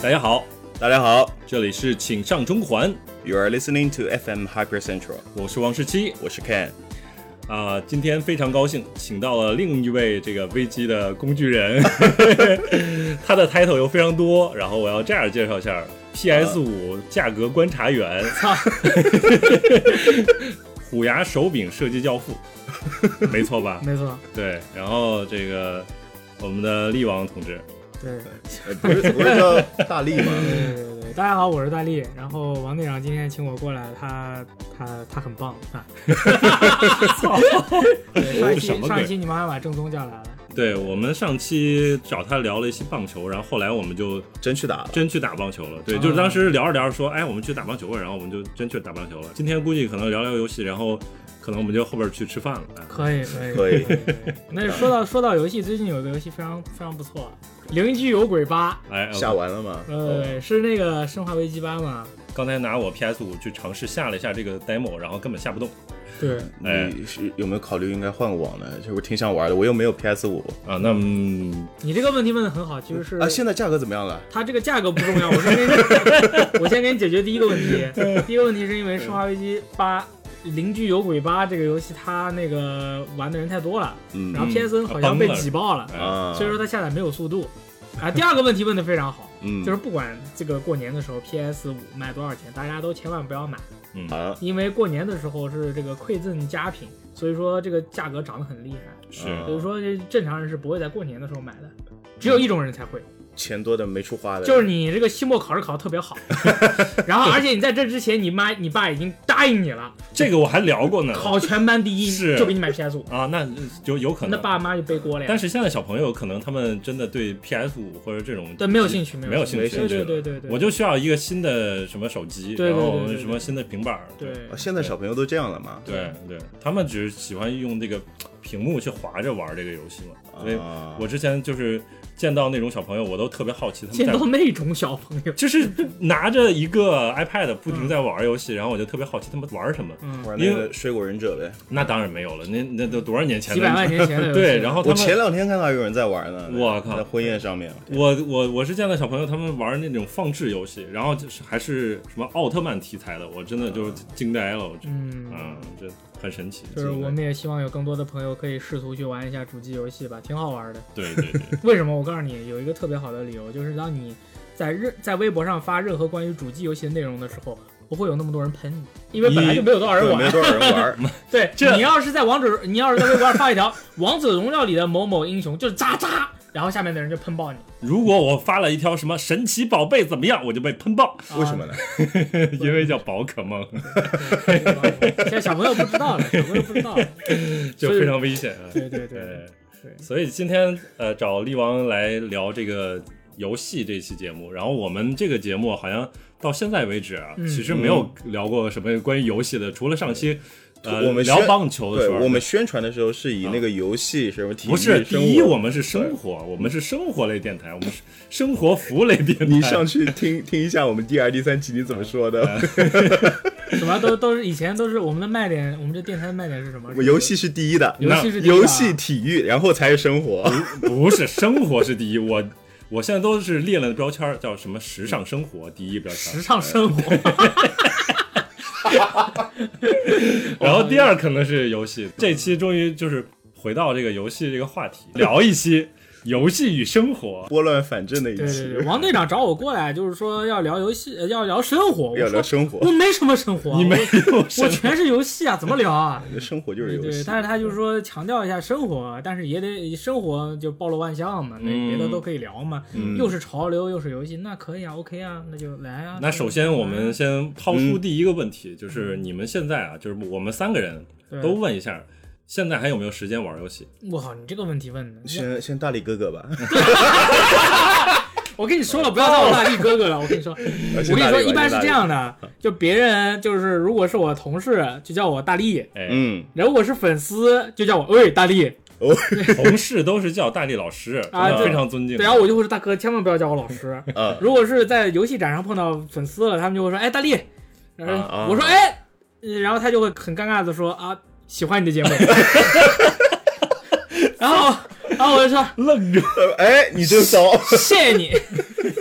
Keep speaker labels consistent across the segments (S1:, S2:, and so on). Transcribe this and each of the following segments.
S1: 大家好，
S2: 大家好
S1: 这里是请上中环，
S2: ，You are listening to FM Hyper Central，
S1: 我是王十七
S2: 我是 Ken。
S1: 啊、今天非常高兴，请到了另一位这个危机的工具人， 他的 title 又非常多，然后我要这样介绍一下：PS 五价格观察员， 虎牙手柄设计教父，没错吧？
S3: 没错，
S1: 对，然后这个我们的力王同志，
S3: 对。
S2: 呃不是不是叫大力吗？
S3: 对对对，大家好，我是大力。然后王队长今天请我过来，他他他很棒 啊！ 对上一
S1: 什么鬼
S3: 期上一期你们还把正宗叫来了，
S1: 对我们上期找他聊了一些棒球，然后后来我们就
S2: 真去打了，
S1: 真去打棒球了。对，
S3: 啊
S1: 就是当时聊着聊着说，哎，我们去打棒球吧，然后我们就真去打棒球了。今天估计可能聊聊游戏，然后可能我们就后边去吃饭了。啊
S3: 可以可以
S2: 可以
S3: 以。 那说到说到游戏，最近有个游戏非常非常不错，《邻居有鬼八
S1: 哎，
S2: 下
S1: 我
S2: 完了吗》，？
S3: 呃，是那个《生化危机八》嘛？
S1: 刚才拿我 PS 五去尝试下了一下这个 demo，然后根本下不动。
S3: 对，
S1: 哎
S2: 你是有没有考虑应该换个网呢？就是我挺想玩的，我又没有 PS 五
S1: 啊，那嗯
S3: 你这个问题问的很好，就是
S2: 啊。现在价格怎么样了？
S3: 它这个价格不重要，我先给你， 我先给你解决第一个问题。第一个问题是因为《生化危机八》邻居有鬼八这个游戏，它那个玩的人太多了，
S2: 嗯
S3: 然后 PSN 好像被挤爆了，
S1: 哎
S2: 啊，
S3: 所以说它下载没有速度。啊，第二个问题问的非常好，
S2: 嗯
S3: 就是不管这个过年的时候 PS 五卖多少钱，大家都千万不要买，
S1: 嗯，
S2: 啊
S3: 因为过年的时候是这个馈赠佳品，所以说这个价格涨得很厉害，
S1: 是
S2: 啊
S3: 所以说这正常人是不会在过年的时候买的，只有一种人才会。
S2: 钱多的没处花的，
S3: 就是你这个期末考试考得特别好， 然后而且你在这之前，你妈你爸已经答应你 了，
S1: 这个我还聊过呢。
S3: 考全班第一
S1: 是
S3: 就给你买 PS 五，
S1: 啊，那有有可
S3: 那
S1: 能。
S3: 爸妈就背锅了呀。
S1: 但是现在小朋友可能他们真的对 PS 五或者这种
S3: 对，没有兴趣，
S1: 没有
S3: 有
S1: 兴趣
S3: 兴对对
S1: 对
S3: 对对对，
S1: 我就需要一个新的什么手机，
S3: 对对对
S1: 然
S3: 对
S1: 后
S3: 对
S1: 什么新的平板儿，
S3: 对
S2: 啊现在小朋友都这样了吗？
S1: 对对，他们只是喜欢用这个屏幕去划着玩这个游戏嘛。所以，
S2: 啊
S1: 我之前就是见到那种小朋友，我都特别好奇他
S3: 见
S1: 们
S3: 到
S1: 在。
S3: 那种小朋友，
S1: 就是拿着一个 iPad 不停在玩游戏，然后我就特别好奇他们玩什么。
S3: 嗯，
S2: 玩那个水果忍者呗。
S1: 那当然没有了，那那都多少年前
S3: 几百
S1: 的。
S3: 万年前的游 戏
S1: 对，然后他
S2: 我前
S1: 们，
S2: 两天看到有人在玩呢，
S1: 我靠
S2: 在婚宴上面，
S1: 我我我是见到小朋友他们玩那种放置游戏，然后就是还是什么奥特曼题材的，我真的就是惊呆了，我觉得，
S3: 嗯。
S1: 嗯，这很神奇。
S3: 就是我们也希望有更多的朋友可以试图去玩一下主机游戏吧，挺好玩的。
S1: 对对对，
S3: 为什么？我告诉你，有一个特别好的理由，就是当你在任在微博上发任何关于主机游戏的内容的时候，不会有那么多人喷你，因为本来就没有多少人
S2: 对，
S3: 玩啊
S2: 没。多少人玩。
S3: 对，
S1: 这
S3: 你要是在王者，你要是在微博上发一条 《王者荣耀》里的某某英雄就是渣渣，然后下面的人就喷爆你。
S1: 如果我发了一条什么神奇宝贝怎么样，我就被喷爆，
S3: 啊
S2: 为什么？呢？
S1: 因为叫宝可 梦，
S3: 对对对对现在小朋友不知道了，小朋友不知道了。
S1: 就非常危险啊。
S3: 对对对，
S1: 对
S3: 对
S1: 所以今天呃找力王来聊这个游戏这期节目，然后我们这个节目好像到现在为止啊，
S3: 嗯
S1: 其实没有聊过什么关于游戏的，除了上期呃
S2: 我们
S1: 聊
S2: 宣
S1: 棒球的
S2: 对
S1: 时候，
S2: 我们宣传的时候是
S3: 啊
S2: 以那个游戏什么体育
S1: 不是
S2: 生
S1: 第一，
S2: 活
S1: 我们是生活，我们是生活类电台，我们是生活服务类电台。
S2: 你上去听听一下我们第二、第三期你怎么说的？
S3: 什么都都是以前都是我们的卖点，我们这电台的卖点是什么？
S2: 我游戏是第一的，
S3: 游戏是第一的啊
S2: 游戏、体育，然后才是生 活。
S1: 不是生活是第一，我我现在都是列了标签儿，叫什么时尚生活第一标签
S3: 时
S1: 儿，
S3: 尚生活。
S1: 然后第二可能是游
S3: 哦
S1: 戏。这期终于就是回到这个游戏这个话题，聊一期游戏与生活。
S2: 拨乱反正的一
S3: 对对
S2: 期
S3: 对，，王队长找我过来就是说要聊游戏，呃要聊生活。
S2: 要 聊
S3: 我说
S2: 生活
S3: 我，没什么生活，
S1: 你没
S3: 我
S1: 有
S3: 我
S1: 生活，
S3: 全是游戏啊，怎么聊啊？
S2: 生活就是
S3: 对
S2: 游
S3: 对，
S2: 戏。
S3: 但是他
S1: 嗯
S3: 就是说强调一下生活，啊但是也得生活就包罗万象嘛，那
S1: 嗯
S3: 别的都可以聊嘛，
S2: 嗯
S3: 又是潮流又是游戏，那可以啊，OK 啊，那就来啊。
S1: 那首先我们先抛出第一个问
S3: 嗯
S1: 题，就是你们现在啊，就是我们三个人
S3: 对
S1: 都问一下，现在还有没有时间玩游戏？
S3: 我靠，你这个问题问的，
S2: 先先大力哥哥吧，
S3: 我跟你说了，不
S1: 哦
S3: 要叫我大力哥哥了。我跟 你说，我跟你说，一般是这样的，就别人就是如果是我同事就叫我大力，
S1: 哎，
S2: 嗯，
S3: 如果是粉丝就叫我喂大力，
S2: 哦，
S1: 同事都是叫大力老师，
S3: 啊
S1: 我
S2: 对
S1: 非常尊敬。
S3: 对，然后我就会说大哥，千万不要叫我老师。
S2: 啊，
S3: 如果是在游戏展上碰到粉丝了，他们就会说，哎，大力，然后
S2: 啊啊
S3: 我说，哎，然后他就会很尴尬的说，啊，喜欢你的节目。 然后，然后我就说，
S1: 愣着，
S2: 呃哎，你这招，
S3: 谢 谢你。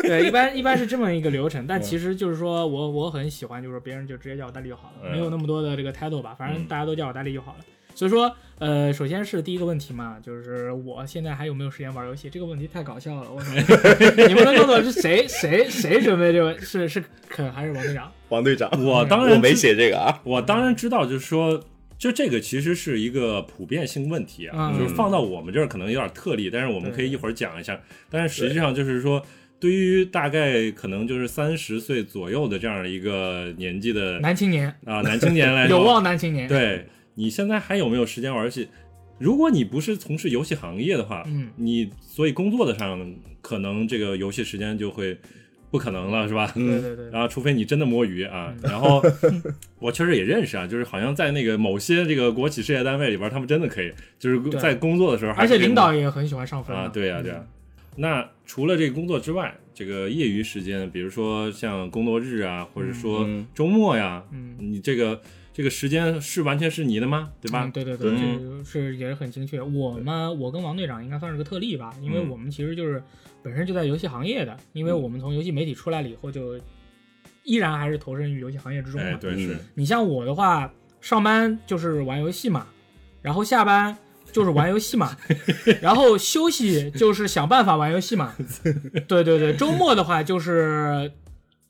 S3: 对，一般一般是这么一个流程，
S1: 嗯
S3: 但其实就是说我我很喜欢，就是说别人就直接叫我大力就好了，
S1: 嗯
S3: 没有那么多的这个 title 吧，反正
S1: 嗯
S3: 大家都叫我大力就好了。所以说，呃，首先是第一个问题嘛，就是我现在还有没有时间玩游戏？这个问题太搞笑了，我操！ 你们能告诉我是谁谁谁准备这个？是是肯还是王队长？
S2: 王队长，
S1: 我当然
S2: 我没
S1: 知
S2: 写这个啊，
S1: 我当然知道，就是说，就这个其实是一个普遍性问题啊，
S3: 嗯
S1: 就是放到我们这儿可能有点特例，但是我们可以一会儿讲一下。但是实际上就是说，对于大概可能就是三十岁左右的这样的一个年纪的
S3: 男青年，
S1: 啊男青年来
S3: 有
S1: 说，
S3: 望男青年。，
S1: 对你现在还有没有时间玩游戏？如果你不是从事游戏行业的话，
S3: 嗯，
S1: 你所以工作的上可能这个游戏时间就会不可能了，是吧？
S3: 对对对，
S1: 然后除非你真的摸鱼啊，
S3: 嗯
S1: 然后我确实也认识啊，就是好像在那个某些这个国企事业单位里边，他们真的可以，就是
S3: 对
S1: 在工作的时候还
S3: 而
S1: 是
S3: 且
S1: 可以
S3: 领
S1: 摸
S3: 导也很喜欢上分
S1: 啊，
S3: 嘛
S1: 对呀、对呀、那除了这个工作之外，这个业余时间，比如说像工作日啊，或者说
S2: 嗯嗯
S1: 周末呀，
S3: 嗯，
S1: 你这个这个时间是完全是你的吗？对吧？
S3: 嗯、对对对，
S1: 对
S3: 这个是也是很精确。我们我跟王队长应该算是个特例吧，因为
S1: 嗯
S3: 我们其实就是本身就在游戏行业的，因为我们从游戏媒体出来了以后，就依然还是投身于游戏行业之中嘛。
S1: 哎，对，是
S2: 嗯，
S3: 你像我的话，上班就是玩游戏嘛，然后下班就是玩游 戏嘛，然后休息就是想办法玩游戏 嘛。对对对，周末的话就是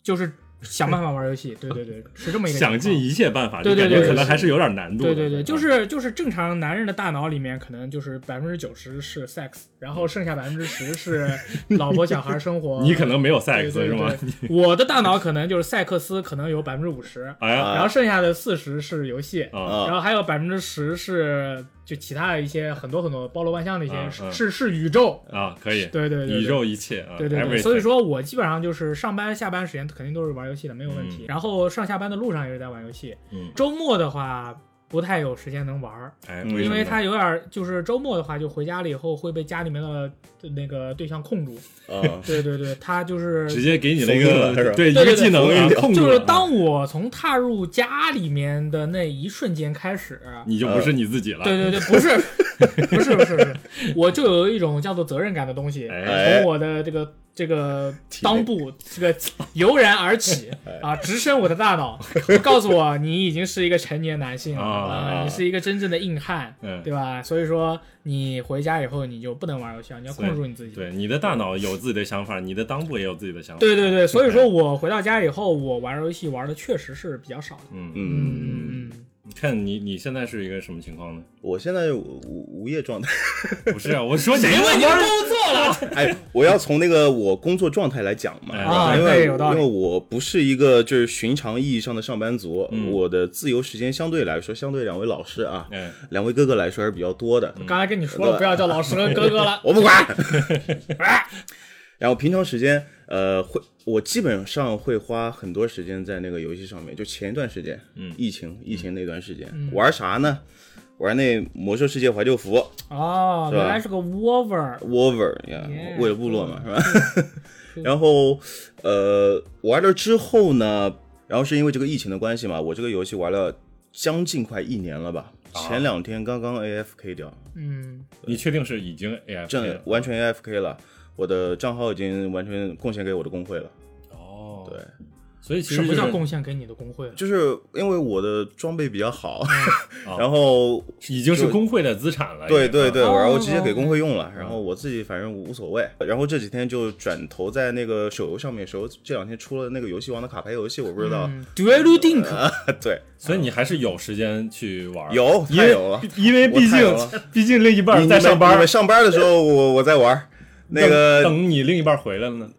S3: 就是想办法玩游戏。对对对，是这么一个情
S1: 想
S3: 况
S1: 尽一切办法，
S3: 对
S1: 就
S3: 对
S1: 感觉
S2: 对
S1: 可能
S2: 是
S1: 还是有点难度的。
S3: 对对对，就是就是正常男人的大脑里面，可能就是百分之九十是 sex，然后剩下百分之十是 老婆小孩生活。
S1: 你可能没有
S3: 对
S1: sex
S3: 对
S1: 是吗？
S3: 对我的大脑可能就是塞克斯，可能有百分之五十，
S1: 哎呀
S3: 然后剩下的四十是游戏，
S1: 啊，
S2: 啊
S3: 然后还有百分之十是就其他的一些很多很多包罗万象的一些
S1: 嗯
S3: 是
S1: 嗯
S3: 是是宇宙。
S1: 啊，可以，
S3: 对对对，对
S1: 宇宙一切啊，
S3: 对对对，
S1: everything
S3: 所以说我基本上就是上班下班时间肯定都是玩游戏的，没有问题。
S1: 嗯
S3: 然后上下班的路上也是在玩游戏，
S1: 嗯，
S3: 周末的话不太有时间能玩儿，
S1: 哎，
S2: 嗯
S1: 什
S3: 因
S1: 么
S3: 为
S1: 呢
S3: 他有点儿就是周末的话，就回家了以后会被家里面的那个对象控住。
S2: 啊，
S3: 对对对，他就是
S1: 直接给你那
S2: 封印了是
S1: 个
S2: 吧
S1: 对一
S3: 对对
S1: 个
S3: 对
S1: 技能
S2: 封
S1: 啊
S2: 印掉
S1: 控制，
S3: 就是当我从踏入家里面的那一瞬间开始，
S1: 你就不是你自己了，
S3: 对对对，不是不是不是不是，我就有一种叫做责任感的东西
S1: 哎
S3: 从我的这个。这个
S2: 体内
S3: 裆部这个油然而起啊，直升我的大脑，告诉我你已经是一个成年男性了
S1: 啊
S3: 啊，你是一个真正的硬汉。
S1: 嗯，
S3: 对吧？所以说你回家以后你就不能玩游戏了，你要控制住你自己。
S1: 对，你的大脑有自己的想法，你的裆部也有自己的想法，
S3: 对对对所以说我回到家以后，我玩游戏玩的确实是比较少的。
S1: 嗯，
S2: 嗯，
S3: 嗯嗯
S1: 你看你你现在是一个什么情况呢？
S2: 我现在无无无业状态，
S1: 不是啊，我说你
S3: 嗯，因为你
S1: 玩儿
S3: 工作了，
S2: 哎，我要从那个我工作状态来讲嘛，
S1: 哎
S3: 啊
S2: 因
S3: 对
S2: 为
S3: 有道理
S2: 因为我不是一个就是寻常意义上的上班族，
S1: 嗯
S2: 我的自由时间相对来说，相对两位老师啊，
S1: 哎，
S2: 两位哥哥来说还是比较多的，
S3: 刚才跟你说了不要叫老师跟哥哥了。
S2: 我不管。 然后平常时间，呃，会我基本上会花很多时间在那个游戏上面。就前一段时间，
S1: 嗯
S2: 疫情疫情那段时间，
S3: 嗯
S2: 玩啥呢？玩那《魔兽世界怀旧服
S3: 哦，
S2: 吧》
S3: 原来是个 Wover，
S2: ，Wolver 呀
S3: Yeah，
S2: 为了部落嘛，嗯是吧？ 然后，呃，玩了之后呢，然后是因为这个疫情的关系嘛，我这个游戏玩了将近快一年了吧，前两天刚刚 AFK 掉，
S3: 嗯，
S1: 你确定是已经 AF
S2: 正完全 AFK 了，我的账号已经完全贡献给我的工会了。
S1: 哦，
S2: 对，
S1: 所以其
S3: 什
S1: 实
S3: 么叫
S1: 就是
S3: 贡献给你的工会？
S2: 就是因为我的装备比较好， 然后
S1: 已经是工会的资产了，已
S2: 对
S1: 经
S2: 对
S1: 啊
S2: 对，
S3: 哦
S2: 然后直接给工会用了，然后我自己反正无所谓。然后这几天就转投在那个手游上面，手游这两天出了那个游戏王的卡牌游戏，我不知道。呃
S3: 嗯，Dual Think，
S2: 对，
S1: 所以你还是有时间去玩，
S2: 有
S1: 因
S2: 太
S1: 为
S2: 有了
S1: 因为毕
S2: 我太
S1: 竟
S2: 有了
S1: 毕竟另一半
S2: 你
S1: 在上班
S2: 你们你
S1: 儿
S2: 们，上班的时候我我在 玩。那
S1: 等
S2: 个
S1: 等你另一半回来了呢，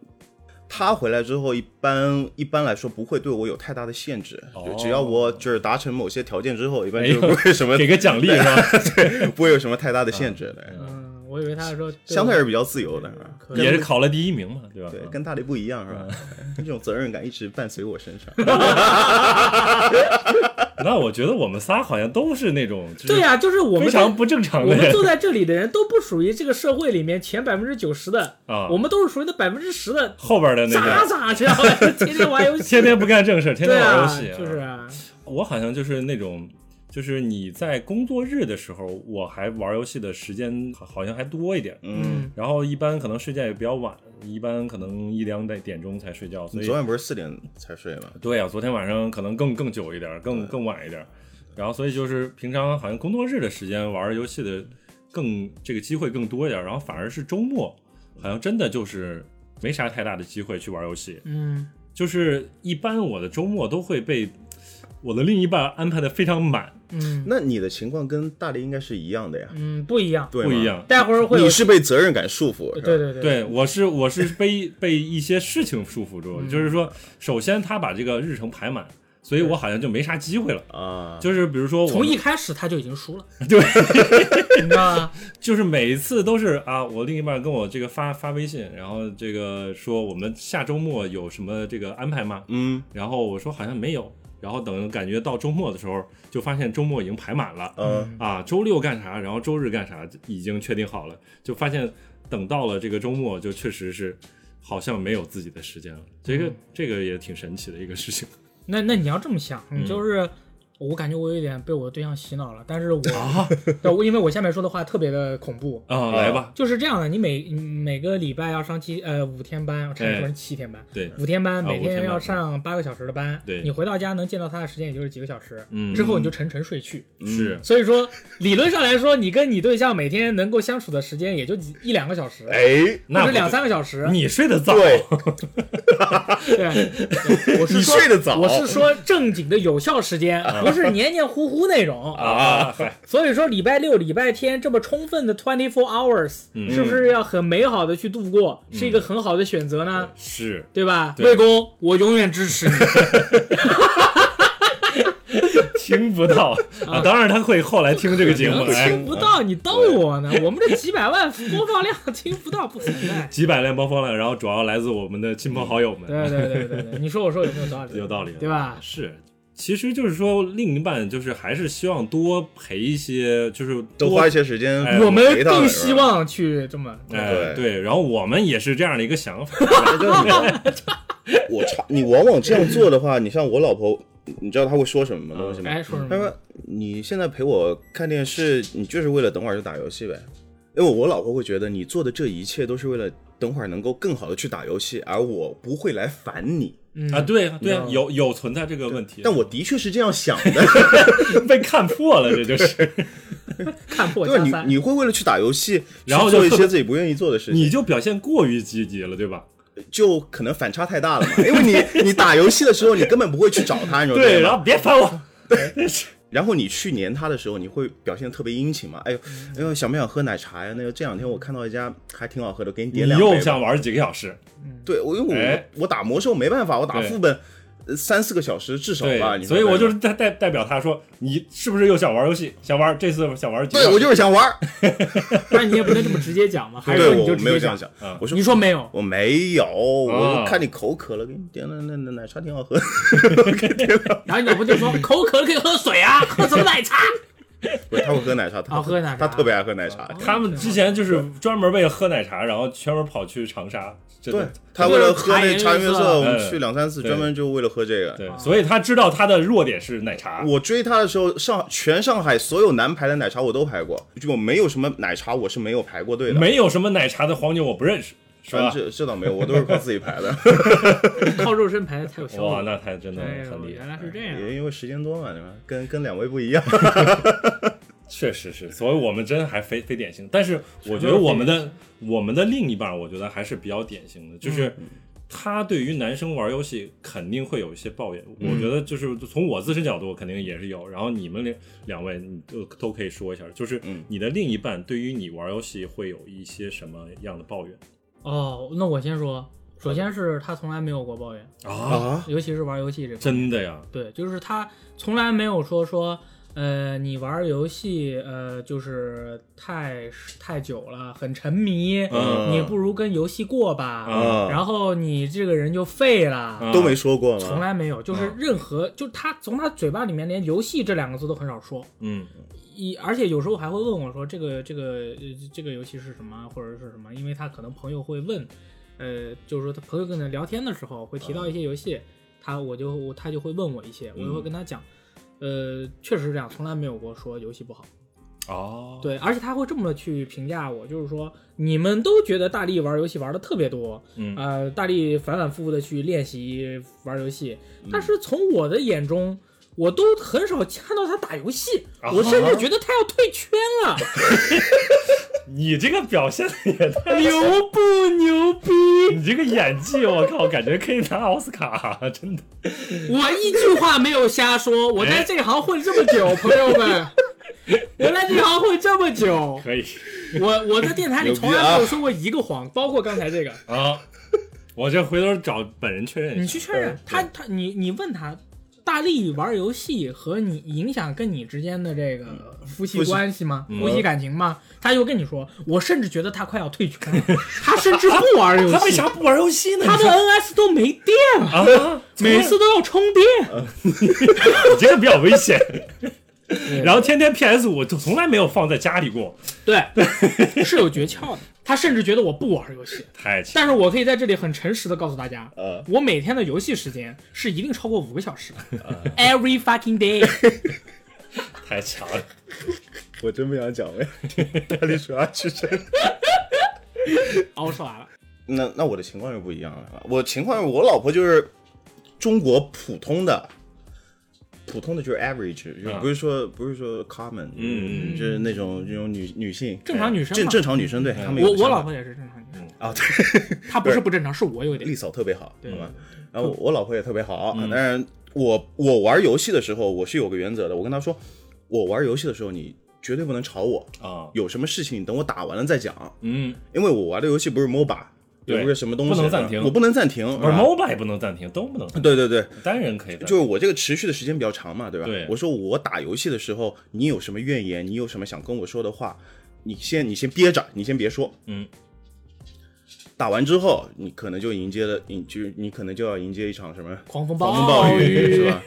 S2: 他回来之后，一般一般来说不会对我有太大的限制，就只要
S1: 哦
S2: 我就是达成某些条件之后，一般
S1: 哎
S2: 就
S1: 呦
S2: 不会什么
S1: 给个奖励是吧？
S2: 不会有什么太大的限制的，
S3: 嗯，我以为 他说
S2: 相对还是比较自由的，是吧？
S3: 可以
S1: 也是嗯考了第一名嘛，对吧？
S2: 对，
S1: 啊
S2: 跟大力不一 样是吧？这种责任感一直伴随我身上。
S1: 那我觉得我们仨好像都是那种，就是
S3: 对呀、啊就是我
S1: 非
S3: 们
S1: 常不正常
S3: 我
S1: 的
S3: 们
S1: 人
S3: 坐在这里的人都不属于这个社会里面前百分之九十的，
S1: 啊，
S3: 我们都是属于那百分之十的
S1: 后边的那
S3: 渣
S1: 个
S3: 渣，知道吧？ 天天玩游戏，
S1: 天天不干正事儿，天
S3: 对
S1: 天玩
S3: 啊
S1: 游戏，，
S3: 就是啊，
S1: 我好像就是那种，就是你在工作日的时候，我还玩游戏的时间好好像还多一点。
S2: 嗯，
S3: 嗯，
S1: 然后一般可能睡觉也比较晚，一般可能一两点点钟才睡觉，所
S2: 你
S1: 以
S2: 昨晚不是四点才睡吗？
S1: 对啊，昨天晚上可能更更久一点，更更晚一点。然后所以就是平常好像工作日的时间玩游戏的更这个机会更多一点，然后反而是周末好像真的就是没啥太大的机会去玩游戏。
S3: 嗯，
S1: 就是一般我的周末都会被我的另一半安排的非常满，
S3: 嗯，
S2: 那你的情况跟大力应该是一样的呀，
S3: 嗯，不一样，
S2: 对吗
S1: 不一。样。
S3: 待会儿会有
S2: 你，是被责任感束缚，是
S3: 对
S2: 吧
S3: 对对，
S1: 对，我是我是被被一些事情束缚住，
S3: 嗯
S1: 就是说，首先他把这个日程排满，所以我好像就没啥机会了。
S2: 啊，
S1: 就是比如说我
S3: 从
S1: 们，
S3: 一开始他就已经输了，
S1: 对，
S3: 你知道吗？
S1: 就是每一次都是啊，我另一半跟我这个发发微信，然后这个说我们下周末有什么这个安排吗？
S2: 嗯
S1: 然后我说好像没有，然后等感觉到周末的时候，就发现周末已经排满了。
S2: 嗯
S1: 啊，周六干啥，然后周日干啥，已经确定好了，就发现等到了这个周末，就确实是好像没有自己的时间了。这个、这个也挺神奇的一个事情。
S3: 那那你要这么想，
S1: 嗯
S3: 你就是。我感觉我有点被我对象洗脑了， 但是我，对我因为我下面说的话特别的恐怖，
S1: 啊，来吧，
S3: 就是这样的，你每嗯每个礼拜要上七呃五天班，我差点说成七天班，
S1: 对，
S3: 五天班，
S1: 啊
S3: 每
S1: 五天
S3: 天
S1: 班
S3: 要上八个小时的班，
S1: 对
S3: 你回到家能见到他的时间也就是几个小时，
S1: 嗯
S3: 之后你就沉沉睡去。
S1: 是，
S3: 所以说，理论上来说，你跟你对象每天能够相处的时间也就几一两个小时，
S2: 哎，
S1: 那
S3: 或
S1: 不对
S3: 者两三个小时。
S1: 你睡得早，
S2: 对，
S3: 对， 对我是
S2: 你
S3: 说
S2: 睡得早
S3: 我是说正经的有效时间，不是黏黏糊糊那种。
S1: 啊，嗨
S3: 所以说，礼拜六、礼拜天这么充分的 twenty four hours，、
S1: 嗯
S3: 是不是要很美好的去度过，是一个很好的选择呢？
S1: 是
S3: 对吧？
S1: 对
S3: 魏公，我永远支持你。
S1: 听不到 啊。当然他会后来 听这个节目，
S3: 听
S1: 哎，。
S3: 不到，你逗我呢？我们这几百万播放量听不到不存在
S1: 几百辆播放量，然后主要来自我们的亲朋好友们，
S3: 对对对对对，你说我说有没有道理？
S1: 有道理，
S3: 对吧？
S1: 是，其实就是说，另一半就是还是希望多陪一些，就是
S2: 多
S1: 多
S2: 花一些时间
S1: 哎，
S3: 我们
S2: 陪他
S3: 更
S2: 们是吧
S3: 希望去这么。
S1: 哎
S2: 对
S1: 对，然后我们也是这样的一个想法，
S2: 我操，你往往这样做的话，你像我老婆，你知道她会说什么东西吗
S3: 哎，？说什
S2: 她
S3: 么？
S2: 说：“你现在陪我看电视，你就是为了等会儿就打游戏呗。”因为我老婆会觉得你做的这一切都是为了等会儿能够更好的去打游戏，而我不会来烦你。
S3: 嗯
S1: 啊，对啊对啊
S3: 嗯
S1: 有有存在这个问题，
S2: 但我的确是这样想的，
S1: 被看破了，这就是，
S3: 看破
S2: 对
S3: 加
S2: 吧？
S3: 三
S2: 你。你会为了去打游戏，
S1: 然后
S2: 去
S1: 就
S2: 做一
S1: 特别
S2: 些自己不愿意做的事情，
S1: 你就表现过于积极了，对吧？
S2: 就可能反差太大了嘛。因 为你你打游戏的时候，你根本不会去找他，你知道
S1: 对，然
S2: 吗？
S1: 后别烦 我，
S2: 然后你去黏他的时候，你会表现得特别殷勤嘛？哎呦，哎呦，想不想喝奶茶呀？那个这两天我看到一家还挺好喝的，给你
S1: 你
S2: 点两杯吧。
S1: 又想玩几个小时，
S2: 对，我因为我、
S1: 哎
S2: 我打魔兽没办法，我打
S1: 对
S2: 副本呃三四个小时至少吧。
S1: 对，
S2: 你
S1: 所以我就是
S2: 是
S1: 代代代表他说，你是不是又想玩游戏？想玩这次想玩几个
S2: 对
S1: 小时？
S2: 我就是想玩儿，
S3: 但是你也不能这么直接讲嘛，还是
S2: 对
S3: 说你
S2: 我
S3: 就
S2: 我
S3: 直
S2: 没有
S3: 接
S2: 这样
S3: 讲？
S2: 想
S1: 嗯，
S2: 我说
S3: 你说没有？
S2: 我没有，我
S1: 啊
S2: 看你口渴了，给你点了那那奶茶挺好喝。
S3: 然后你老婆就说 口渴了可以喝水啊，喝什么 奶茶？
S2: 不是，他会喝奶茶，他
S3: 啊
S2: 会
S3: 喝奶茶哦
S2: 他特别爱喝奶茶。
S1: 他们之前就是专门为了喝奶茶，然后专门跑去长沙，真
S2: 对
S1: 的
S2: 他为了喝那茶颜悦色，我
S1: 哎
S2: 们去两三次，
S1: 对
S2: 专门就为了喝这个。
S1: 对，所以他知道他的弱点是奶茶，
S2: 我追他的时候，上全上海所有南排的奶茶我都排过，就没有什么奶茶我是没有排过队的。
S1: 没有什么奶茶的黄牛我不认识，是
S2: 反正
S1: 吧？
S2: 这这倒没有，我都是靠自 己排的。
S3: 靠肉身牌才有效
S1: 哇，
S3: 果。
S1: 那他真的
S3: 哎
S1: 很
S3: 呦，
S1: 厉害
S3: 原。来是这样。
S2: 也因为时间多嘛，对吧？跟跟两位不一样。
S1: 确实是，所以我们真还非非典型。但是我觉得我们的我们的另一半，我觉得还是比较典型的，就是他对于男生玩游戏肯定会有一些抱怨。我觉得就是从我自身角度，肯定也是有。然后你们两两位，你都都可以说一下，就是你的另一半对于你玩游戏会有一些什么样的抱怨
S3: 哦，那我先说，首先是他从来没有过抱怨，
S1: 啊？
S3: 尤其是玩游戏这块。
S1: 真的呀？
S3: 对，就是他从来没有说说呃，你玩游戏，呃，就是太太久了，很沉迷，
S2: 嗯
S3: 你不如跟游戏过吧。
S2: 嗯
S3: 然后你这个人就废了，
S1: 嗯
S2: 都没说过
S3: 从
S2: 吗？
S3: 来没有，就是任何，就是他从他嘴巴里面连游戏这两个字都很少说。
S1: 嗯
S3: 一而且有时候还会问我说这个这个呃这个游戏是什么或者是什么，因为他可能朋友会问，呃，就是说他朋友跟他聊天的时候会提到一些游戏，他我就我他就会问我一些，我就会跟他讲，呃，确实是这样，从来没有过说游戏不好，
S1: 哦，
S3: 对，而且他会这么去评价我，就是说你们都觉得大力玩游戏玩的特别多，
S1: 嗯
S3: 呃，大力反反复复的去练习玩游戏，
S2: 嗯
S3: 但是从我的眼中。我都很少看到他打游戏，
S1: 啊
S3: 我甚至觉得他要退圈了，
S1: 你这个表现得也太，
S3: 牛不牛逼？
S1: 你这个演技，我靠，感觉可以拿奥斯卡， 真的。
S3: 我一句话没有瞎说，我
S2: 哎
S3: 在这行混这么久，朋友们，我在这行混这么久，
S1: 可以
S3: 我我在电台里
S2: 牛逼
S3: 从来没有
S2: 啊
S3: 说过一个谎，包括刚才这个。
S1: 啊，我这回头找本人确认
S3: 你
S1: 一下。
S3: 去确认他，他你你问他，大力玩游戏和你影响跟你之间的这个夫妻
S2: 夫妻
S3: 关系吗？
S1: 嗯
S3: 夫妻感情吗？他又跟你说，我甚至觉得他快要退圈了，他甚至不玩游
S1: 他为
S3: 戏，
S1: 啥不玩游戏呢？
S3: 他的 NS 都没电了，
S1: 啊，
S3: 每次都要充电。
S1: 你这个比较危险。
S3: 对
S1: 然后天天 PS 五就从来没有放在家里过，
S3: 对，是有诀窍的。他甚至觉得我不玩游戏，
S1: 太强。
S3: 但是我可以在这里很诚实的告诉大家，
S2: 呃，
S3: 我每天的游戏时间是一定超过五个小时的、e v e r y fucking day。
S1: 太强了，
S2: 我真不想讲 哎，大力水鸭去真。
S3: 哦，说完了，
S2: 那那我的情况又不一样了，我情况我老婆就是中国普通的，普通的就是 average，就是
S1: 啊
S2: 不是说、不是说 common，
S1: 嗯
S2: 嗯，就是那种那种女女性
S3: 正常女生嘛
S2: 正正常女生
S1: 嗯
S2: 对，她们有
S3: 我
S2: 的
S3: 我
S2: 想法
S3: 老婆也是正常女生。
S2: 啊，
S3: 他不是不正常，是我有
S2: 对，嗯
S3: 点
S2: 丽嫂特别好，
S3: 对
S2: 好吧？然后我我老婆也特别好，
S1: 嗯
S2: 啊当然我我玩游戏的时候我是有个原则的，我跟她说，我玩游戏的时候你绝对不能吵我，
S1: 啊，
S2: 有什么事情你等我打完了再讲，
S1: 嗯，
S2: 因为我玩的游戏不是 MOBA，也
S1: 对
S2: 不是什么东西，
S1: 不能暂停
S2: 我不能暂停，
S1: 玩
S2: 是
S3: 啊
S2: 吧
S1: MOBA 也不能暂停，都不能暂
S2: 对对对，
S1: 停，单人可以暂停。
S2: 就是我这个持续的时间比较长嘛，对吧？
S1: 对
S2: 我说我打游戏的时候，你有什么怨言，你有什么想跟我说的话，你先你先憋着，你先别说。
S1: 嗯。
S2: 打完之后，你可能就迎接了，迎就你可能就要迎接一场什么
S3: 狂风
S2: 狂风
S3: 暴
S2: 暴雨，是吧？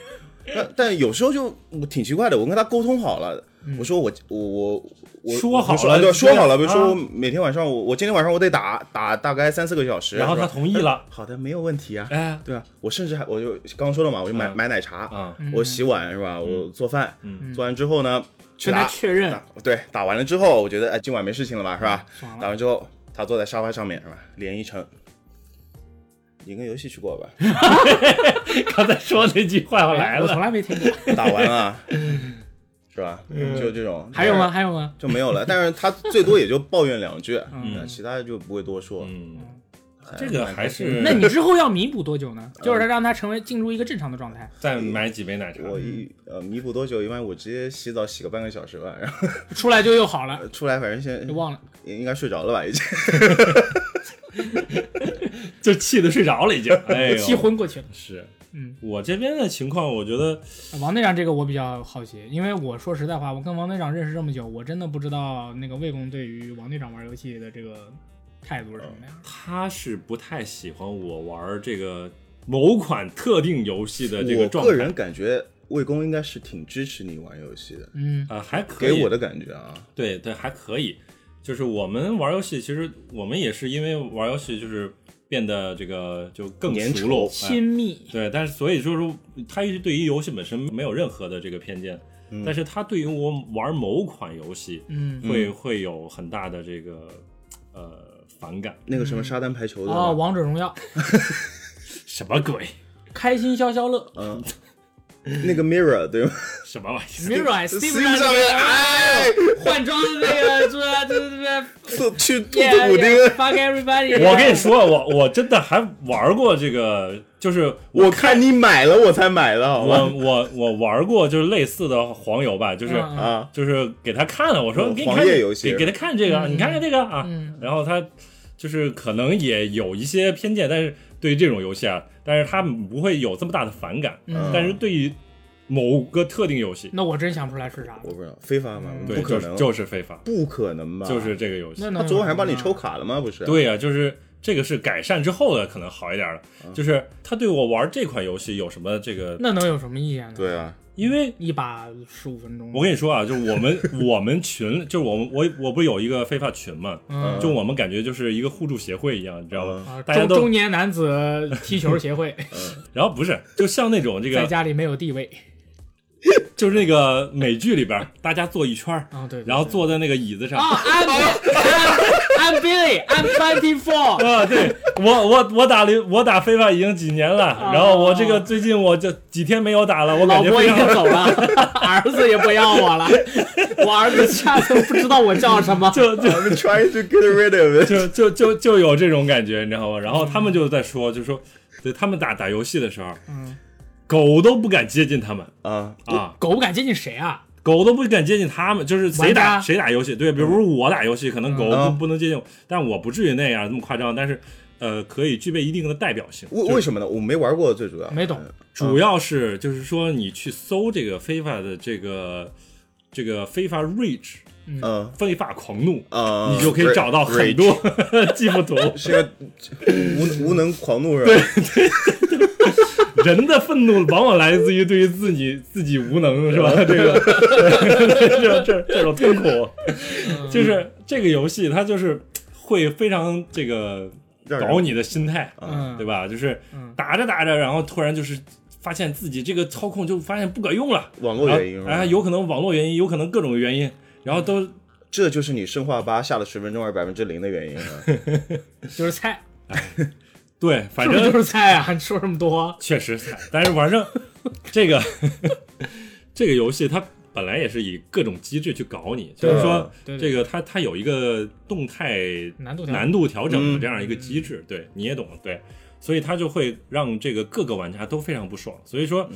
S2: 但 但有时候就我挺奇怪的，我跟他沟通好了，我说我我我我
S1: 嗯说好了
S2: 我对，说好了，比如
S1: 啊
S2: 说我每天晚上我我今天晚上我得打打大概三四个小时，
S1: 然后
S2: 是
S1: 他
S2: 吧
S1: 同意了，
S2: 好的没有问题啊，
S1: 哎，
S2: 对啊，我甚至还我就刚刚说了嘛，我就买、
S1: 嗯
S2: 买奶茶，
S1: 啊，
S2: 我洗碗是吧？我做饭，
S1: 嗯
S2: 做完之后呢，去
S3: 跟他
S2: 打，
S3: 确认
S2: 打对，打完了之后，我觉得哎，今晚没事情了吧，是吧
S3: 爽？了
S2: 打完之后，他坐在沙发上面是吧？脸一沉，你跟游戏去过吧？
S1: 刚才说那句话要来
S3: 哎我从
S1: 了，
S3: 来没听 过。
S2: 打完
S1: 啊
S2: 了， 是吧？嗯就这种，
S3: 嗯还有吗？？还有吗？
S2: 就没有了，但是他最多也就抱怨两句，
S3: 嗯
S2: 那其他的就不会多说。
S1: 嗯，这个还
S2: 嗯
S1: 是
S3: 那你之后要弥补多久呢？就是让他成为进入一个正常的状态。
S1: 再买几杯奶茶，
S2: 我一呃弥补多久？一般我直接洗澡洗个半个小时吧，然后
S3: 出来就又好了，
S2: 出来反正先
S3: 就忘了。
S2: 应应该睡着了吧已经。
S1: 就气得睡着了已经， 哎呦，
S3: 气昏过去了。
S1: 是。
S3: 嗯，
S1: 我这边的情况，我觉得
S3: 王队长这个我比较好奇，因为我说实在话，我跟王队长认识这么久，我真的不知道那个魏公对于王队长玩游戏的这个态度是什么
S2: 哦
S3: 样。
S1: 他是不太喜欢我玩这个某款特定游戏的这个状
S2: 我个
S1: 态
S2: 人感觉魏公应该是挺支持你玩游戏的，
S3: 嗯
S1: 啊、还可以。
S2: 给我的感觉啊，
S1: 对对，还可以。就是我们玩游戏，其实我们也是因为玩游戏，就是变得这个就更
S2: 粘
S1: 熟络，哎
S3: 亲密，
S1: 对，但是所以就是说他一直对于游戏本身没有任何的这个偏见，
S2: 嗯
S1: 但是他对于我玩某款游戏
S3: 嗯，
S1: 会、会有很大的这个呃反感，
S2: 那个什么沙滩排球的
S3: 哦，
S2: 嘛，
S3: 王者荣耀，
S1: 什么鬼，
S3: 开心消消乐
S2: 嗯，那个 Mirror 对吗
S1: 什么玩意儿？
S3: ，Mirror
S2: ？Steam 上面哎，
S3: 换装的 那个，做这这
S2: 吐去吐
S3: 这
S2: 吐补丁，
S3: ，fuck everybody。
S1: 我跟你，说，我我真的还玩过这个，就是
S2: 我看你买了我才买的，好
S1: 我
S2: 吧？
S1: 我我玩过就是类似的黄油吧，就是、
S3: 嗯
S2: 啊，
S1: 就是给他看了，我说
S2: 嗯
S1: 给你
S2: 黄
S1: 看
S2: 页
S1: 这
S2: 游戏
S1: 给给他看这个，
S3: 嗯
S1: 你看看这个啊，
S3: 嗯
S1: 然后他就是可能也有一些偏见，但是对于这种游戏啊，但是他不会有这么大的反感，
S3: 嗯
S1: 但是对于某个特定游戏，
S3: 那我真想不出来是啥了。
S2: 我不知道非法吗？
S1: 嗯对，
S2: 不可
S1: 就
S2: 能，
S1: 是就是非法，
S2: 不可能吧？
S1: 就是这个游戏
S3: 那。能
S2: 他昨晚还帮你抽卡了吗？不是？，
S1: 对呀、就是这个是改善之后的，可能好一点了。就是他有对我玩这款游戏有什么这个？
S3: 那能有什么意见呢？，
S2: 对啊，
S1: 因为
S3: 一把十五分钟。
S1: 我跟你说啊，就是我们我们群，就是我们我我不是有一个非法群嘛，
S3: 嗯，
S1: 就我们感觉就是一个互助协会一样，你知道吗？
S3: 啊，
S1: 大家
S3: 中
S1: 都
S3: 中年男子踢球协会
S1: 然后不是，就像那 种这
S3: 在
S1: 个，
S3: 家里没有地位
S1: 就是那个美剧里边儿，大家坐一圈儿，
S3: 啊，对，对
S1: 然后坐在那个椅子上。
S3: 啊，I'm I'm I'm Billy, I'm twenty four，
S1: 啊，对我我我打了我打非法已经几年了，然后我这个最近我就几天没有打了，我
S3: 啊老
S1: 感觉
S3: 婆
S1: 非
S3: 已
S1: 常
S3: 经走了， 儿子也不要 我了，我儿子下次不知道我叫什么。
S1: 就就
S2: I'm trying to get rid of it。
S1: 就就就就有这种感觉，你知道吗？然后他们就在说，就说对他们打打游戏的时候，
S3: 嗯，哦
S1: 狗都不敢接近他们
S2: 啊，
S1: 啊，
S3: 狗不敢接近谁啊？
S1: 狗都不敢接近他们，就是谁
S3: 玩
S1: 打
S3: 家嗯
S1: 谁打游戏，对，比如说我打游戏，可能狗
S2: 嗯
S1: 不不能接近我，但我不至于那样那么夸张，但是呃，可以具备一定的代表性。
S3: 嗯
S2: 为为什么呢？我没玩过，最主要
S3: 没懂。
S1: 主要是就是说你去搜这个非法的这个这个非法 rage
S2: 嗯
S1: 非法狂怒，
S2: 啊，
S3: 嗯
S1: 你就可以找到很多 技术图。
S2: 是要无无能狂怒是吧？
S1: 人的愤怒往往来自于对于自己自己无能， 是吧？这个这这这种痛苦，
S3: 嗯
S1: 就是这个游戏它就是会非常这个
S2: 让人
S1: 搞你的心态，
S2: 呃
S3: 嗯，
S1: 对吧？就是
S3: 嗯
S1: 打着打着，然后突然就是发现自己这个操控就发现不管用了，
S2: 网络原因是吧
S1: 啊，哎有可能网络原因，有可能各种原因，然后都
S2: 这就是你生化八下了十分钟还是百分之零的原 因啊！
S3: 就是菜，
S1: 对，反
S3: 是不是
S1: 正
S3: 就是菜啊？你 说这么多，
S1: 确实惨，但是反 正这个这个游戏它本来也是以各种机制去搞你，就是说
S3: 对对
S1: 这个它它有一个动态
S3: 难度
S1: 难度调整的这样一个机制，对你也懂，对，所以它就会让这个各个玩家都非常不爽。所以说，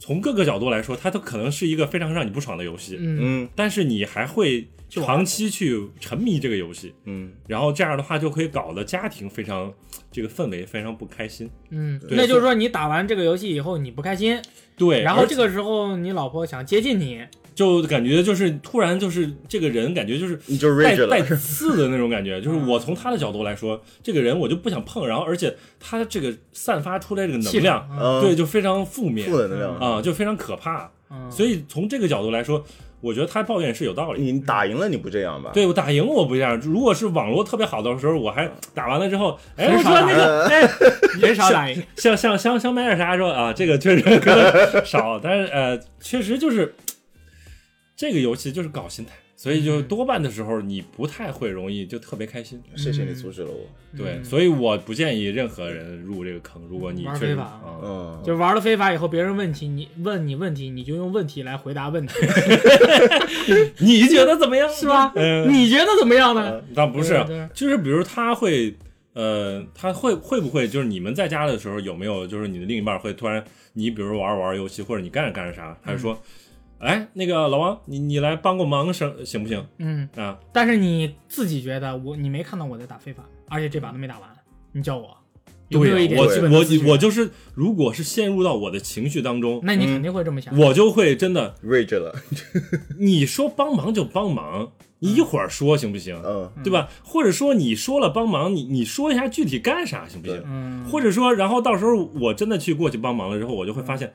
S1: 从各个角度来说，它都可能是一个非常让你不爽的游戏，
S3: 嗯，
S2: 嗯
S1: 但是你还会长期去沉迷这个游戏，
S2: 嗯，
S1: 然后这样的话就可以搞得家庭非常这个氛围非常不开心。
S3: 嗯，
S1: 对
S3: 那就是说你打完这个游戏以后你不开心，
S1: 对，
S3: 然后
S1: 而
S3: 这个时候你老婆想接近你，
S1: 就感觉就是突然就是这个人感觉就是
S2: 你就
S1: 带
S2: rage
S1: 带
S2: 了，
S1: 刺的那种感 觉，就是我从他的角度来说，这个人我就不想碰，然后而且他这个散发出来这个能
S3: 气
S1: 量，呃
S3: 场，
S2: 嗯，
S1: 对，就非常负面
S2: 负能量。
S1: 啊、就非常可怕。
S3: 嗯，
S1: 所以从这个角度来说，我觉得他抱怨是有道理。
S2: 你打赢了你不这样吧？
S1: 对我打赢我不这样，如果是网络特别好的时候，我还打完了之后，哎，我
S3: 很少
S1: 说那个，哎，
S3: 以人少打赢，
S1: 想想想想买点啥说啊，这个确实可能少，但是呃，确实就是这个游戏就是搞心态，所以
S3: 嗯
S1: 就多半的时候你不太会容易就特别开心。
S2: 谢谢你阻止了我。
S1: 对，
S3: 嗯
S1: 所以我不建议任何人入这个坑。如果你
S3: 玩
S1: 确
S3: 非
S1: 实
S3: 法
S1: 啊，
S2: 嗯，
S3: 就玩了非法以后，别人问题你问你问题，你就用问题来回 答问题，
S1: 你觉得怎么样？
S3: 是吧？
S1: 嗯，
S3: 你觉得怎么样呢？
S1: 那不是
S3: 对对，
S1: 就是比如他会，呃，他会会不会就是你们在家的时候有没有就是你的另一半会突然你比如玩着玩着游戏或者你干着干着啥，
S3: 嗯
S1: 他就说，哎，那个老王，你你来帮个忙行行不行
S3: 嗯，
S1: 啊？
S3: 但是你自己觉得我你没看到我在打非法，而且这把都没打完，你叫我，有没有一
S1: 对
S3: 点
S1: 呀，我
S3: 基本的自觉
S1: 我我就是，如果是陷入到我的情绪当中，
S3: 那你肯定会这么想，
S1: 我就会真的，
S2: rage 了，
S1: 你说帮忙就帮忙，你一会儿说行不行？
S2: 嗯，
S1: 对吧？或者说你说了帮忙，你你说一下具体干啥行不行？
S3: 嗯，
S1: 或者说，然后到时候我真的去过去帮忙了之后，我就会发现，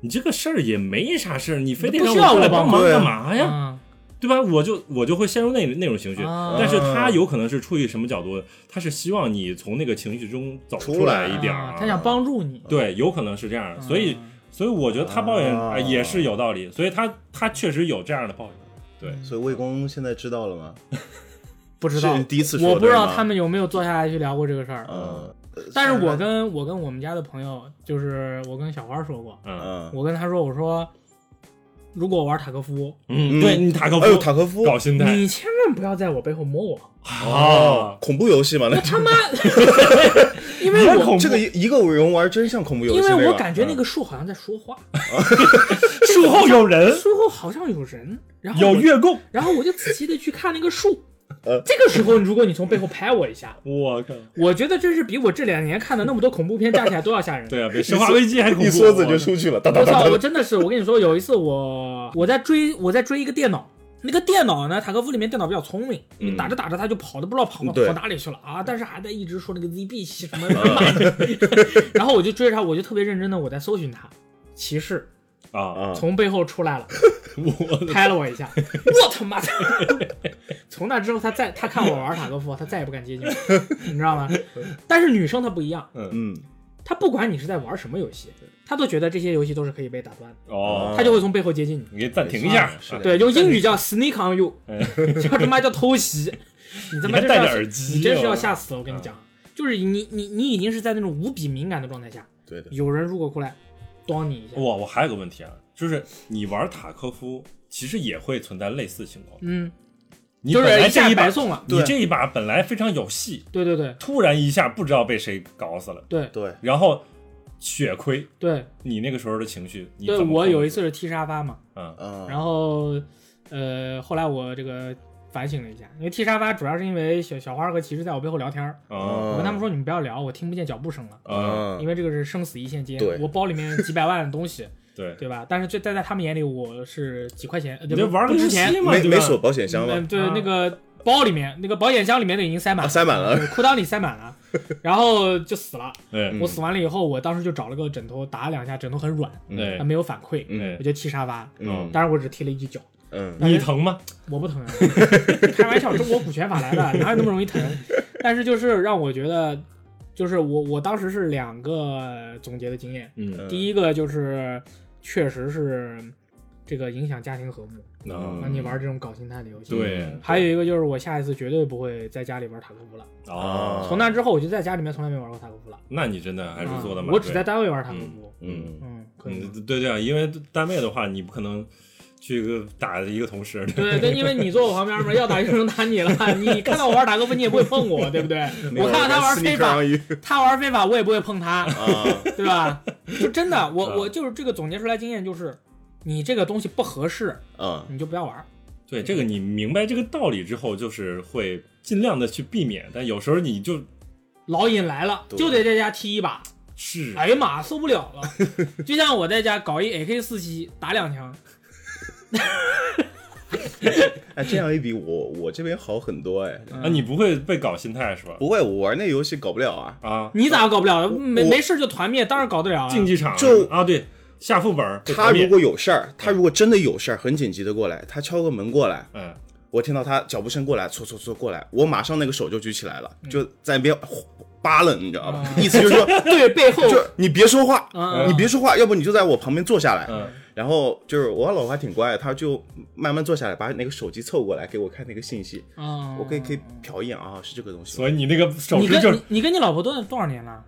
S1: 你这个事儿也没啥事儿，你非得
S3: 不
S1: 让
S3: 需要
S1: 我过来
S3: 我帮
S1: 帮忙
S2: 忙
S1: 干嘛呀？
S3: 嗯
S1: 对吧？我就我就会陷入那那种情绪，
S3: 啊
S1: 但是他有可能是出于什么角度，他是希望你从那个情绪中走
S2: 出
S1: 来
S2: 来
S1: 一点儿、
S3: 啊他想嗯帮助你，
S1: 对，有可能是这样，所以所以我觉得他抱怨、
S2: 啊
S1: 哎也是有道理，所以他他确实有这样的抱怨，对，
S2: 所以魏公现在知道了吗？
S3: 不知
S2: 是
S3: 道
S2: 你。第一次说，
S3: 我不知道
S2: 对吗
S3: 他，们有没有坐下来去聊过这个事儿，
S2: 嗯，
S3: 但是我跟我跟我们家的朋友，就是我跟小花说过，
S1: 嗯
S2: 嗯，
S3: 我跟他说，我说，如果我玩塔科夫，
S1: 嗯，
S2: 嗯
S1: 对你塔科夫，
S2: 哎呦，塔科夫
S1: 搞心态
S3: 你千万不要在我背后摸我，
S1: 啊，
S2: 恐怖游戏嘛，那
S3: 他妈，因为我
S2: 这个一一个人玩真像恐怖游戏
S3: 因
S2: 那个，嗯
S3: 为我感觉那个树好像在说话，
S1: 术后有人
S3: 树后好像有人，然后
S1: 嗯有
S3: 我
S1: 月供，
S3: 然后我就仔细的去看那个树，这个时候，如果你从背后拍我一下，
S1: 我靠！
S3: 我觉得真是比我这两年看的那么多恐怖片加起来都要吓人。
S1: 对啊，比《生化危机》还恐怖。
S2: 嗯 一梭子就出去了，哒哒
S3: 我
S2: 哒
S3: 操！我
S2: 哒。
S3: 真的是，我跟你说，有一次我我在追我在追一个电脑，那个电脑呢，塔科夫里面电脑比较聪明，
S1: 嗯
S3: 你打着打着它就跑都不知道跑
S2: 嗯对
S3: 跑哪里去了啊！但是还在一直说那个 ZB 什么
S1: 嗯
S3: 什么， 然后我就追着它，我就特别认真的我在搜寻它，骑士
S1: 啊！
S2: 啊，
S3: 从背后出来了，
S1: 我
S3: 拍了我一下，我他妈的！ 从那之后，他再他看我玩塔科夫，他再也不敢接近我，你知道吗？但是女生她不一样，
S2: 嗯，
S3: 她不管你是在玩什么游戏，她都觉得这些游戏都是可以被打断的，
S1: 哦，
S3: 她就会从背后接近你。
S1: 你给暂停一下，
S2: 是的
S1: 啊
S3: 对，用英语叫 sneak on you，叫 他妈叫偷袭，你他
S1: 嗯你
S3: 妈
S1: 还
S3: 真是
S1: 戴
S3: 要
S1: 着耳机
S3: 你真是
S1: 哦
S3: 要吓死了！我跟你讲，就是你你你已经是在那种无比敏感的状态下，
S2: 对的，
S3: 有人如果过来咣你一下，
S1: 我我还有个问题啊，就是你玩塔科夫，其实也会存在类似情况，
S3: 嗯，
S1: 你
S3: 就是
S1: 本来
S3: 一下
S1: 这一
S3: 白
S1: 把
S3: 送了
S1: 你
S2: 对
S1: 这一把本来非常有戏，
S3: 对对对
S1: 突然一下不知道被谁搞死了，
S3: 对
S2: 对，
S1: 然后血亏，
S3: 对
S1: 你那个时候的情绪，你
S3: 对，
S1: 怎么
S3: 我
S1: 控制
S3: 有一次，是踢沙发嘛，
S1: 嗯
S2: 嗯，
S3: 然后呃，后来我这个反省了一下，因为踢沙发主要是因为小小花和骑士在我背后聊天儿，
S1: 啊
S3: 我跟他们说你们不要聊，我听不见脚步声了。
S1: 啊，
S2: 嗯，
S3: 因为这个是生死一线间
S2: 对，
S3: 我包里面几百万的东西，
S1: 对，
S3: 对吧？但是这但在他们眼里我是几块钱，呃
S1: 你
S3: 对
S1: 这
S3: 不
S1: 玩
S3: 不
S1: 个
S3: 值
S1: 游
S3: 钱
S1: 戏，嘛，
S2: 没
S1: 对
S2: 没
S1: 吧
S2: 锁保险箱
S3: 嗯，
S2: 吗？
S3: 对
S1: 啊，
S3: 那个包里面那个保险箱里面的已经塞满
S2: 啊，
S3: 了，
S2: 塞满了。嗯
S3: 裤裆里塞满 了，然后就死了。
S1: 对
S3: 我死完了以后，我当时就找了个枕头打了两下，枕头很软，
S1: 对
S3: 没有反馈，
S1: 嗯
S3: 我就踢沙发，
S2: 嗯
S3: 当然我只踢了一脚，
S2: 嗯，
S1: 你疼吗？
S3: 我不疼啊， 开玩笑，中国股权法来 的，哪有那么容易疼？但是就是让我觉得，就是我我当时是两个总结的经验，
S1: 嗯，
S3: 第一个就是确实是这个影响家庭和睦，
S1: 啊
S3: 让你玩这种搞心态的游戏。
S2: 嗯
S1: 对
S3: 还有一个就是我下一次绝对不会在家里玩塔科夫了。
S1: 啊，
S3: 从那之后，我就在家里面从来没玩过塔科夫了，
S1: 那你真的还是做的蛮对
S3: 啊
S1: 的，
S3: 我只在单位玩塔科夫。
S2: 嗯，
S3: 嗯，可以。
S1: 嗯，对对啊，因为单位的话，你不可能去个打一个同事，
S3: 对对，因为你坐我旁边嘛，要打就能打你了。你看到我玩塔科夫，你也不会碰我，对 不对？我看到他玩非法，他玩非法，我也不会 碰他，
S2: 啊，
S3: 对吧？就真的，
S1: 啊
S3: 我我就是这个总结出来经验就是，你这个东西不合适，
S2: 嗯，
S3: 你就不要玩。
S1: 对这个你明白这个道理之后，就是会尽量的去避免，但有时候你就
S3: 老尹来了，
S2: 对
S3: 就得在家踢 一把。
S1: 是
S3: 哎呀妈，受不了了！就像我在家搞一 AK 四七，打两
S2: 啊
S3: 枪，
S2: 哎，这样一比，我我这边好很多哎。
S3: 嗯
S1: 啊，你不会被搞心态是吧？
S2: 不会，我玩那游戏搞不了啊。
S1: 啊，
S3: 你咋搞不了？没
S2: 我
S3: 没事就团灭，当然搞得了啊。
S1: 竞技场
S2: 就
S1: 啊，对下副本被
S2: 他嗯
S1: 团
S2: 如
S1: 灭，
S2: 果有事儿，他如果真的有事儿，很紧急的过来，他敲个门过来，
S1: 嗯，
S2: 我听到他脚步声过来，搓搓搓过来，我马上那个手就举起来了，就在那边呼扒楞，你知道吧？
S3: 啊
S2: 意思就是说，
S3: 对背后
S2: 嗯 就是嗯你别说话，
S3: 啊
S2: 你别说话，要不你就在我旁边坐下来。
S1: 嗯
S2: 然后就是我老婆还挺乖，她就慢慢坐下来，把那个手机凑过来给我看那个信息，
S3: 啊，
S2: 我可以可以瞟一眼啊，是这个东西
S1: 所
S2: 吗。
S1: 以你那个手
S3: 你
S1: 势
S3: 跟
S1: 就是
S3: 你 你跟你老婆多多少年了？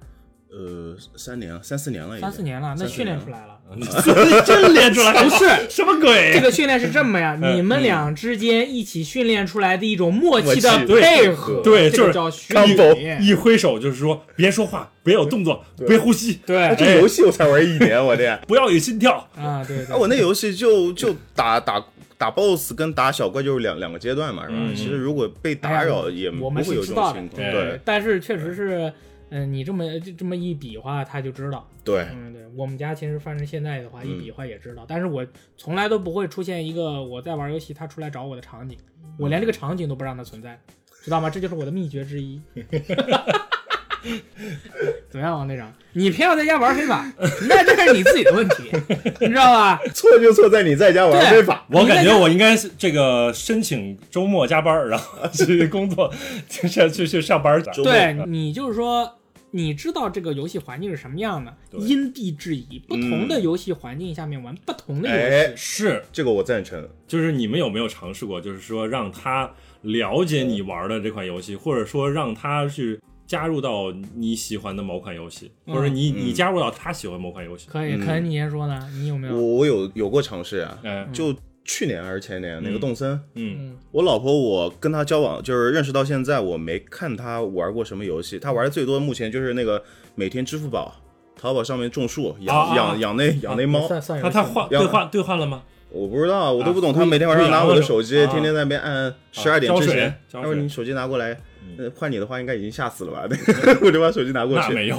S2: 呃，三年了，三四年了已经，
S3: 三四年了，那
S2: 三四
S3: 训
S2: 年
S3: 练出来了。
S1: 真练出来，
S3: 不是
S1: 什么鬼？
S3: 这个训练是这么呀，
S1: 嗯
S3: 你们俩之间一起训练出来的一种默契的
S2: 默契
S3: 配合，
S1: 对
S3: 这
S1: 就是
S3: 个叫虚
S1: 一
S3: 拟。
S1: 一挥手就是说别说话，别有动作，别呼吸，
S3: 对
S2: 哎这游戏我才玩一年，我这。啊，
S1: 不要有心跳。
S3: 啊，对对，
S2: 我那游戏就就打打打 BOSS 跟打小怪就是两两个阶段嘛，是吧？
S1: 嗯
S2: 其实如果被打扰也不
S3: 哎我们
S2: 会有
S3: 是
S2: 这
S3: 知
S2: 种
S3: 道的
S2: 情况，，
S1: 对
S2: 对
S3: 但是确实是，嗯、你这么这这么一比划，他就知道，
S2: 对，
S3: 嗯，对我们家其实反正现在的
S1: 嗯
S3: 话，一比划也知道，但是我从来都不会出现一个我在玩游戏，他出来找我的场景，我连这个场景都不让它存在，知道吗？这就是我的秘诀之一。 怎么样，王队长？你偏要在家玩非法，那这是你自己的问题，你知道吧？
S2: 错就错在你在家玩
S3: 对
S2: 非法，
S1: 我感觉我应该是这个申请周末加班，然后 去工作，去去去上班去。
S2: 周
S3: 对你就是说，你知道这个游戏环境是什么样的，
S1: 对
S3: 因地制宜，不同的游戏环境下面玩不同的游戏。
S2: 嗯哎，
S1: 是，
S2: 这个我赞成。
S1: 就是你们有没有尝试过，就是说让他了解你玩的这款游戏，或者说让他去加入到你喜欢的某款游戏，
S3: 嗯
S1: 或者你
S2: 嗯
S1: 你加入到他喜欢某款游戏？
S3: 可以，
S2: 嗯
S3: 可能你先说呢，你有没
S2: 我
S3: 有？
S2: 我有有过尝试啊，
S1: 嗯
S2: 就去年还是前年那个
S1: 嗯
S2: 动森，
S1: 嗯
S3: 嗯
S2: 我老婆，我跟她交往就是认识到现在，我没看她玩过什么游戏。她玩的最多，目前就是那个每天支付宝、淘宝上面种树，养、
S1: 啊啊
S2: 养养那养那猫。
S3: 算算游
S1: 那
S3: 戏
S1: 哎他换
S2: 要
S1: 兑换兑换了吗？
S2: 我不知道，我都不懂。
S1: 啊
S2: 他每天晚上拿我的手
S1: 不一
S2: 机，
S1: 样
S2: 天天在那边按十二点
S1: 啊浇
S2: 之
S1: 水
S2: 前，
S1: 浇
S2: 他
S1: 水嗯
S2: 说你手机拿过来。呃，换你的话应该已经吓死了吧？ 我就把手机拿过
S1: 那
S2: 去。
S1: 没 有，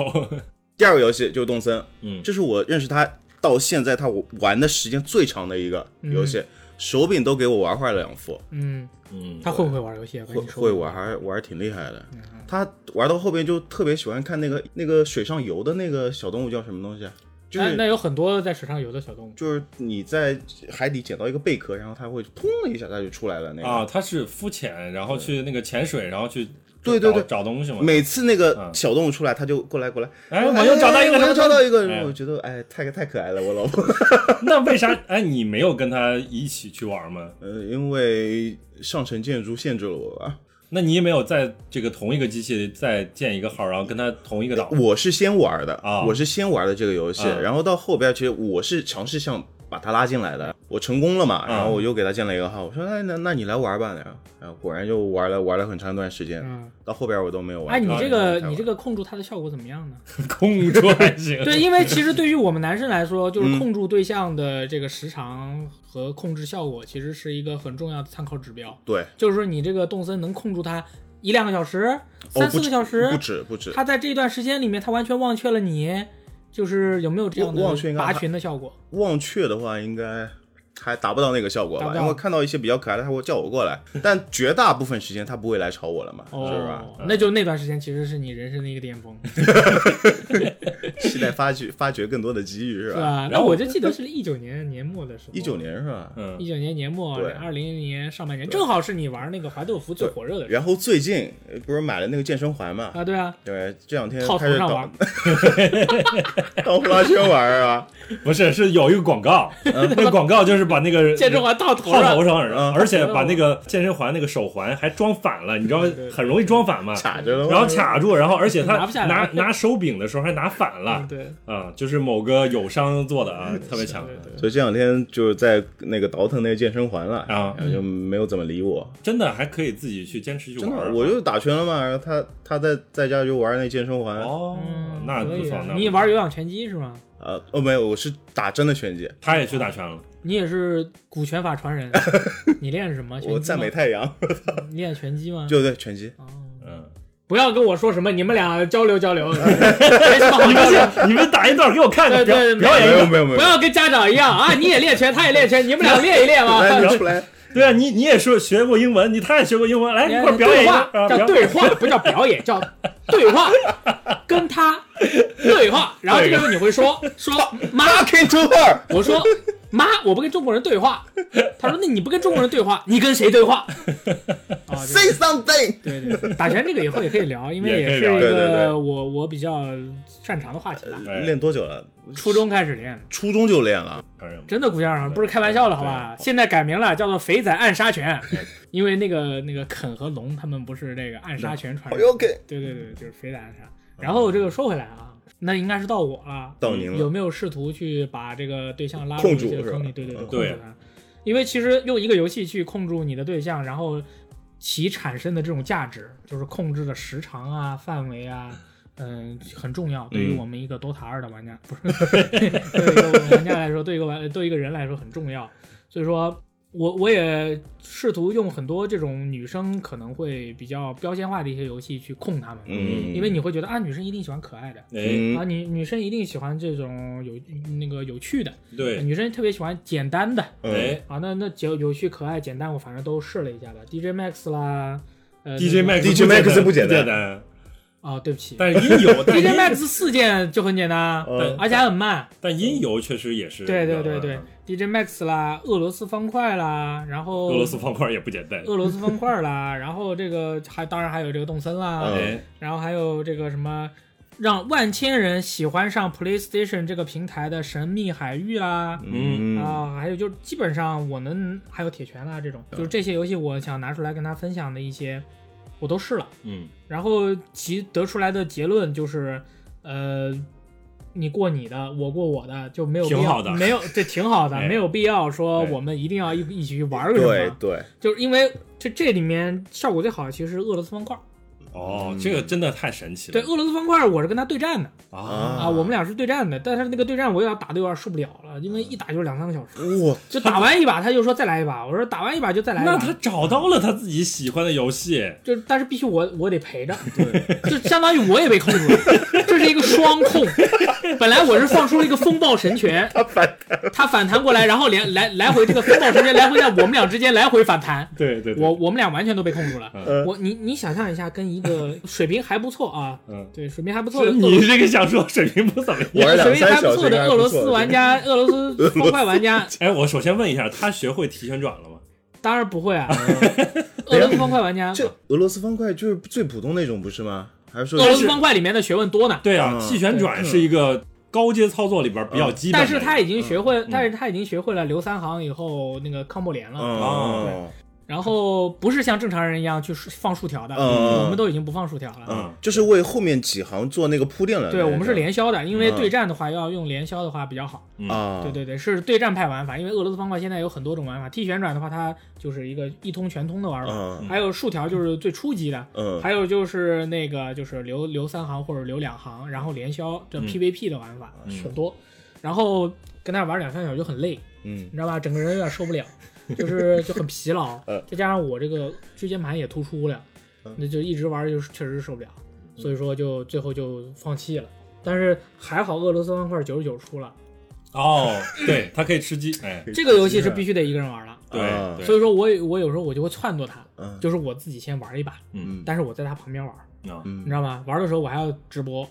S2: 第二个游戏就是动森，
S1: 嗯
S2: 这是我认识他到现在他玩的时间最长的一个游戏，手柄都给我玩坏了两副，
S3: 嗯，
S1: 嗯，
S3: 他会不会玩游戏？我
S2: 会
S3: 跟哎你说，嗯
S2: 会玩还玩挺厉害的。他玩到后边就特别喜欢看那个那个水上游的那个小动物叫什么东西啊？就
S3: 那
S2: 是
S3: 哎那有很多在水上游的小动物。
S2: 就是你在海底捡到一个贝壳，然后它会通的一下，它就出来了那个。
S1: 啊，他是浮潜，然后去那个潜水，然后去
S2: 对对
S1: 找
S2: 对
S1: 找东西嘛。
S2: 每次那个
S1: 嗯
S2: 小动物出来，它就过来过来，
S1: 哎，我又找到一个什
S2: 哎我
S1: 么
S2: 又找
S1: 东
S2: 到
S1: 西？
S2: 一个，
S1: 哎
S2: 我觉得哎，太太可爱了，我老婆。
S1: 那为啥？哎，你没有跟他一起去玩吗？
S2: 呃，因为上层建筑限制了我吧，
S1: 那你也没有在这个同一个机器里再建一个号，然后跟他同一个 岛
S2: 我是先玩的
S1: 啊
S2: 我是先玩的这个游戏，
S1: 啊
S2: 然后到后边其实我是尝试想把他拉进来的，我成功了嘛，
S1: 啊
S2: 然后我又给他建了一个号，我说哎那那你来玩吧，然后然后果然就玩了玩了很长一段时间，
S3: 嗯，
S2: 到后边我都没有玩。
S3: 哎，你这个你这
S2: 个
S3: 个控住它的效果怎 么样呢？
S1: 控住还行。
S3: 对，因为其实对于我们男生来说，就是
S2: 嗯
S3: 控住对象的这个时长和控制效果，其实是一个很重要的参考指标。
S2: 对，
S3: 就是说你这个动森能控住他一两个小时、
S2: 哦
S3: 三
S2: 不
S3: 四
S2: 止
S3: 个小时，
S2: 不止不止，
S3: 他在这段时间里面，他完全忘却了你，就是有没有这样的
S2: 忘忘却应该
S3: 拔群的效果？
S2: 忘却的话应该。还达不到那个效果
S3: 达
S2: 吧，
S3: 不到
S2: 因为看到一些比较可爱的，他会叫我过 来，但绝大部分时间他不会来吵我了嘛，是吧？
S3: 哦，那就那段时间其实是你人生的一个巅峰，
S2: 期待发掘发掘更多的机遇是
S3: 是啊
S2: 吧？
S3: 吧？
S1: 然
S3: 那
S1: 后
S3: 我就记得是一九年年末的时候，
S2: 一九年是吧？
S1: 嗯
S3: 一，九年年末，
S2: 对
S3: 二零年上半年，正好是你玩那个华豆服最火热的时
S2: 然后最近呃不是买了那个健身环嘛
S3: 候？啊，对啊，
S2: 对，这两天
S3: 套图
S2: 开始
S3: 上玩
S2: 倒 倒呼啦圈玩儿 啊，
S1: 不是，是有一个广告，那个广告就是把那个
S3: 嗯健身环套头
S1: 套
S3: 上
S1: 头，上，
S2: 嗯
S1: 而且把那个健身环那个手环还装反了，你知道很容易装反
S3: 啊
S1: 嘛。
S2: 卡着了，
S1: 然后，卡住，然后而且他
S3: 拿不下来
S1: 拿拿手柄的时候还拿反了
S3: 嗯，对，
S1: 啊，就是某个友商做的啊，特别强
S3: 对对
S2: 所以这两天就是在那个倒腾那个健身环了，
S1: 啊
S2: 然后就没有怎么理我。
S3: 嗯
S1: 真的还可以自己去坚持去
S2: 真
S1: 玩儿
S2: 的，
S1: 啊。
S2: 我就打拳了嘛，然后他他在在家就玩那健身环，
S1: 哦，
S3: 嗯，
S1: 那
S3: 可
S1: 不
S3: 以
S1: 错，
S3: 啊
S1: 那，
S3: 你
S1: 不错
S3: 玩有氧拳击是吗？
S2: 呃哦没有，我是打真的拳击，
S1: 他也去打拳了，
S3: 你也是古拳法传人，你练什么？拳击
S2: 我
S3: 吗嗯
S2: 赞美太阳，
S3: 你练拳击吗？
S2: 就对拳击，
S3: 哦
S1: 嗯，
S3: 不要跟我说什么，你们俩交流交 流，没什么好交流。
S1: 你们打一段给我看看，
S3: 对
S1: 表
S3: 对对
S1: 表
S2: 没
S1: 演一个。
S2: 有没有没
S3: 不
S2: 有，
S3: 要跟家长一样啊！你也练拳，他也练拳， 你们俩练一练吧。
S2: 来你出 来，
S1: 对啊，你你也说学过英文，你他也学过英文，来一块儿表演
S3: 对
S1: 一个
S3: 话
S1: 啊，
S3: 叫
S1: 表
S3: 对话，不叫表演，叫对话，跟他对话。然后这个时候你会说 说妈，
S2: 啊可以出二，
S3: 我说妈，我不跟中国人对话。他说那你不跟中国人对话，你跟谁 对话？啊，这个
S2: say something，
S3: 对对，对打拳这个以后也可以聊，因为
S1: 也可
S3: 也
S1: 以
S3: 是一
S1: 聊
S2: 对对对
S3: 个我我比较擅长的话题吧。
S1: 哎
S2: 练多久了？
S3: 初中开始练，
S2: 初中就练了，
S1: 演
S3: 真的古先生不是开玩笑的，好吧？现在改名了，叫做“肥仔暗杀拳
S1: 对”，
S3: 因为那个那个肯和龙他们不是那个暗杀拳传
S2: 哎
S3: 人，
S2: 呦给
S3: 对对对，就是肥仔暗杀。然后这个说回来啊，那应该是到我了，
S2: 嗯到您了
S3: 有。没有试图去把这个对象拉入
S2: 控
S3: 一
S2: 住
S3: 些
S2: 是吧
S3: 坑里？对对对，
S2: 嗯
S3: 控
S1: 对
S3: 制他。因为其实用一个游戏去控住你的对象，然后其产生的这种价值，就是控制的时长啊、范围啊，嗯，很重要。对于我们一个 DOTA 二的玩家，不是 对于一个玩家来说，对一个玩对一个人来说很重要。所以说我我也试图用很多这种女生可能会比较标签化的一些游戏去控她们，
S2: 嗯，
S3: 因为你会觉得啊，女生一定喜欢可爱的。
S1: 哎，
S3: 啊，
S2: 嗯，
S3: 女女生一定喜欢这种有嗯那个有趣的，
S1: 对，
S3: 女生特别喜欢简单的
S2: 嗯
S1: 哎
S3: 啊。那那有有趣可爱简单，我反正都试了一下吧。DJ Max 啦，呃
S1: ，DJ Max
S2: DJ Max 不简单
S1: 不简单，
S3: 哦，对不起
S1: 但是音 游但
S3: ，DJ
S1: 音
S3: Max 四键就很简单
S1: 哦
S3: 啊，
S2: 嗯
S3: 而且还很慢。
S1: 但音游确实也是，
S3: 对对对对
S1: 嗯
S3: ，DJ Max 啦，俄罗斯方块啦，然后
S1: 俄罗斯方块也不简单，
S3: 俄罗斯方块啦，然后这个还当然还有这个动森啦，
S2: 嗯
S1: 哎，
S3: 然后还有这个什么，让万千人喜欢上 PlayStation 这个平台的神秘海域啦，
S2: 嗯
S3: 啊、还有就是基本上我能还有铁拳啦这种，
S1: 嗯
S3: 就是这些游戏我想拿出来跟他分享的一些，我都试了，
S1: 嗯，
S3: 然后其得出来的结论就是，呃。你过你的，我过我的，就没有必要，
S1: 挺好的
S3: 没有这挺好 的，
S1: 哎
S3: 没有必要说
S1: 哎
S3: 我们一定要一一起去玩个什么，
S2: 对对，
S3: 就是因为这这里面效果最好的其实是俄罗斯方块，
S1: 哦，这个真的太神奇了。
S3: 对，俄罗斯方块我是跟他对战的
S1: 啊，
S3: 啊，我们俩是对战的，但是那个对战我也要打的有点受不了了，因为一打就是两三个小时，
S2: 哇，
S3: 就打完一把 他就说再来一把，我说打完一把就再来一把。
S1: 那他找到了他自己喜欢的游戏，
S3: 就但是必须我我得 陪着，就相当于我也被控 制了，这是一个双控。本来我是放出了一个风暴神拳，他反弹，他反弹过来，然后连来来回这个风暴神拳来回在我们俩之间来回反弹，
S1: 对对对，
S3: 我我们俩完全都被控住了。
S1: 嗯
S3: 我你你想象一下，跟一个水平还不错啊，
S1: 嗯，
S3: 对水平还不错的
S1: 这
S3: 俄罗
S1: 你这个想说水平不怎么样？
S2: 玩
S3: 水
S2: 两
S3: 平还
S2: 三
S3: 不
S2: 小
S3: 错
S2: 时
S3: 的
S2: 还
S3: 俄
S2: 不
S3: 罗
S2: 错
S3: 斯玩家，俄罗斯方块玩家，
S1: 哎，我首先问一下，他学会提旋转了吗？
S3: 当然不会啊，俄罗斯方块玩家，
S2: 这俄罗斯方块就是最普通那种不是吗？还是说
S3: 俄罗斯方块里面的学问多呢。
S1: 对嗯啊，
S2: 嗯
S1: 气旋转是一个高阶操作里边比较基本
S3: 但
S1: 的，
S3: 是他已经学会，但是他已经学会了留三行以后那个康莫连了，啊
S2: 哦，
S3: 然后不是像正常人一样去竖放竖条的，
S2: 嗯
S3: 我们都已经不放竖条了。
S1: 嗯
S2: 就是为后面几行做那个铺垫了。
S3: 对，我们是
S2: 连
S3: 连消的，因为对战的话要用连消的话比较好。
S2: 啊，
S3: 对对对，是对战派玩法，因为俄罗斯方块现在有很多种玩法。T 旋转的话，它就是一个一通全通的玩法，
S2: 嗯
S3: 还有竖条就是最初级的，
S2: 嗯
S3: 还有就是那个就是留留三行或者留两行，然后连消这 PVP 的玩法、很多。然后跟他玩两三小时就很累，
S2: 嗯
S3: 你知道吧？整个人有点受不了，就是就很疲劳
S2: 呃，
S3: 再加上我这个椎间盘也突出了，那就一直玩就是确实受不了，所以说就最后就放弃了。但是还好俄罗斯方块九十九出了，
S1: 哦，对，他可以吃鸡，哎，
S3: 这个游戏是必须得一个人玩了，
S1: 对
S2: 啊
S1: 对，
S3: 所以说我我有时候我就会撺掇他，
S2: 嗯
S3: 就是我自己先玩一把，
S1: 嗯
S3: 但是我在他旁边玩，
S1: 啊
S2: 嗯
S3: 你知道吗？玩的时候我还要直播，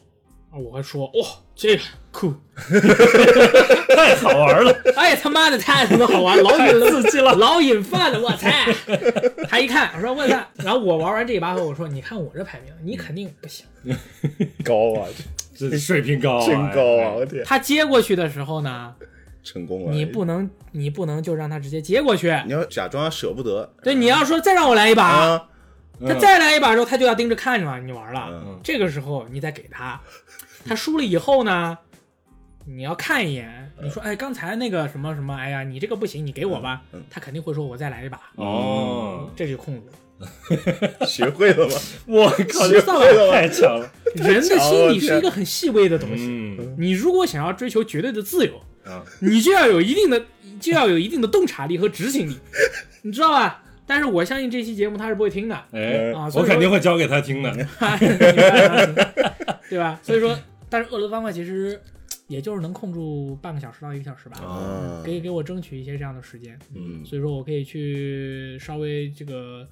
S3: 啊我会说哇、这个酷，
S1: 太好玩了，
S3: 哎他妈的太他妈好玩，老瘾了，刺激了，老瘾犯了，我操！他一看，我说我操，然后我玩完这一把后，我说你看我这排名，你肯定不行。
S2: 高 啊，
S1: 这水平高啊，
S2: 真高啊！
S1: 哎
S2: 我天，
S3: 他接过去的时候呢，
S2: 成功了！
S3: 你不能你不能就让他直接接过去，
S2: 你要假装舍不得
S3: 对，你要说再让我来一把，
S2: 啊，
S3: 他再来一把之后，他就要盯着看着你玩了。
S2: 嗯
S3: 这个时候你再给他，他输了以后呢，你要看一眼，你说哎，刚才那个什么什么，哎呀，你这个不行，你给我吧。
S2: 嗯嗯嗯
S3: 他肯定会说我再来一把，
S1: 哦，
S3: 这就控制 了。
S2: 学会 了吗？
S1: 我靠，
S2: 学
S1: 这
S2: 会了吗
S1: 太强了，
S3: 人的心理是一个很细微的
S2: 哦
S3: 东西，
S1: 嗯
S3: 你如果想要追求绝对的自由，
S2: 嗯
S1: 啊，
S3: 你就要有一定的就要有一定的洞察力和执行力，你知道吧？但是我相信这期节目他是不会听的，
S1: 哎
S3: 啊，所
S1: 我
S3: 以说嗯
S1: 肯定会教给他听的，
S3: 对吧？所以说，但是俄罗斯方块其实也就是能控住半个小时到一个小时吧，
S2: 啊
S3: 可以给我争取一些这样的时间，
S2: 嗯
S3: 所以说我可以去稍微这个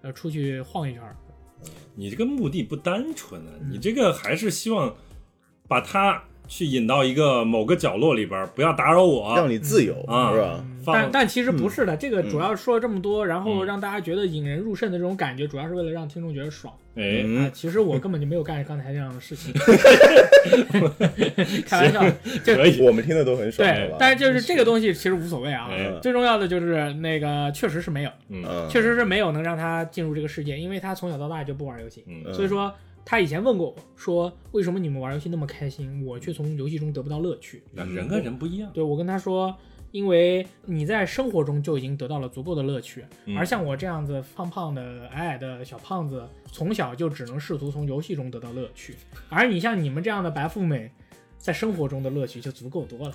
S3: 呃出去晃一圈儿。
S1: 你这个目的不单纯啊，你这个还是希望把他去引到一个某个角落里边儿，不要打扰我
S2: 让，你自由
S1: 啊
S2: 是吧？
S3: 但
S1: 放
S3: 但其实
S2: 嗯
S3: 不是的，这个主要说了这么多，然后让大家觉得引人入胜的这种感觉，主要是为了让听众觉得爽。
S1: 哎，
S3: 啊，
S2: 嗯，
S3: 其实我根本就没有干刚才这样的 事情，开玩笑。就
S1: 哎可以，
S2: 我们听的都很爽，
S3: 对
S2: 好吧，
S3: 但是就是这个东西其实无所谓啊
S1: 哎。
S3: 最重要的就是那个确实是没有，
S1: 嗯
S2: 嗯
S3: 确实是没有能让他进入这个世界，因为他从小到大就不玩游戏，
S1: 嗯
S3: 所以说他以前问过我说，为什么你们玩游戏那么开心，我却从游戏中得不到乐趣？
S1: 人跟人不一样，
S3: 对我跟他说，因为你在生活中就已经得到了足够的乐趣，
S1: 嗯
S3: 而像我这样子胖胖的、矮矮的小胖子，从小就只能试图从游戏中得到乐趣，而你像你们这样的白富美。在生活中的乐趣就足够多了。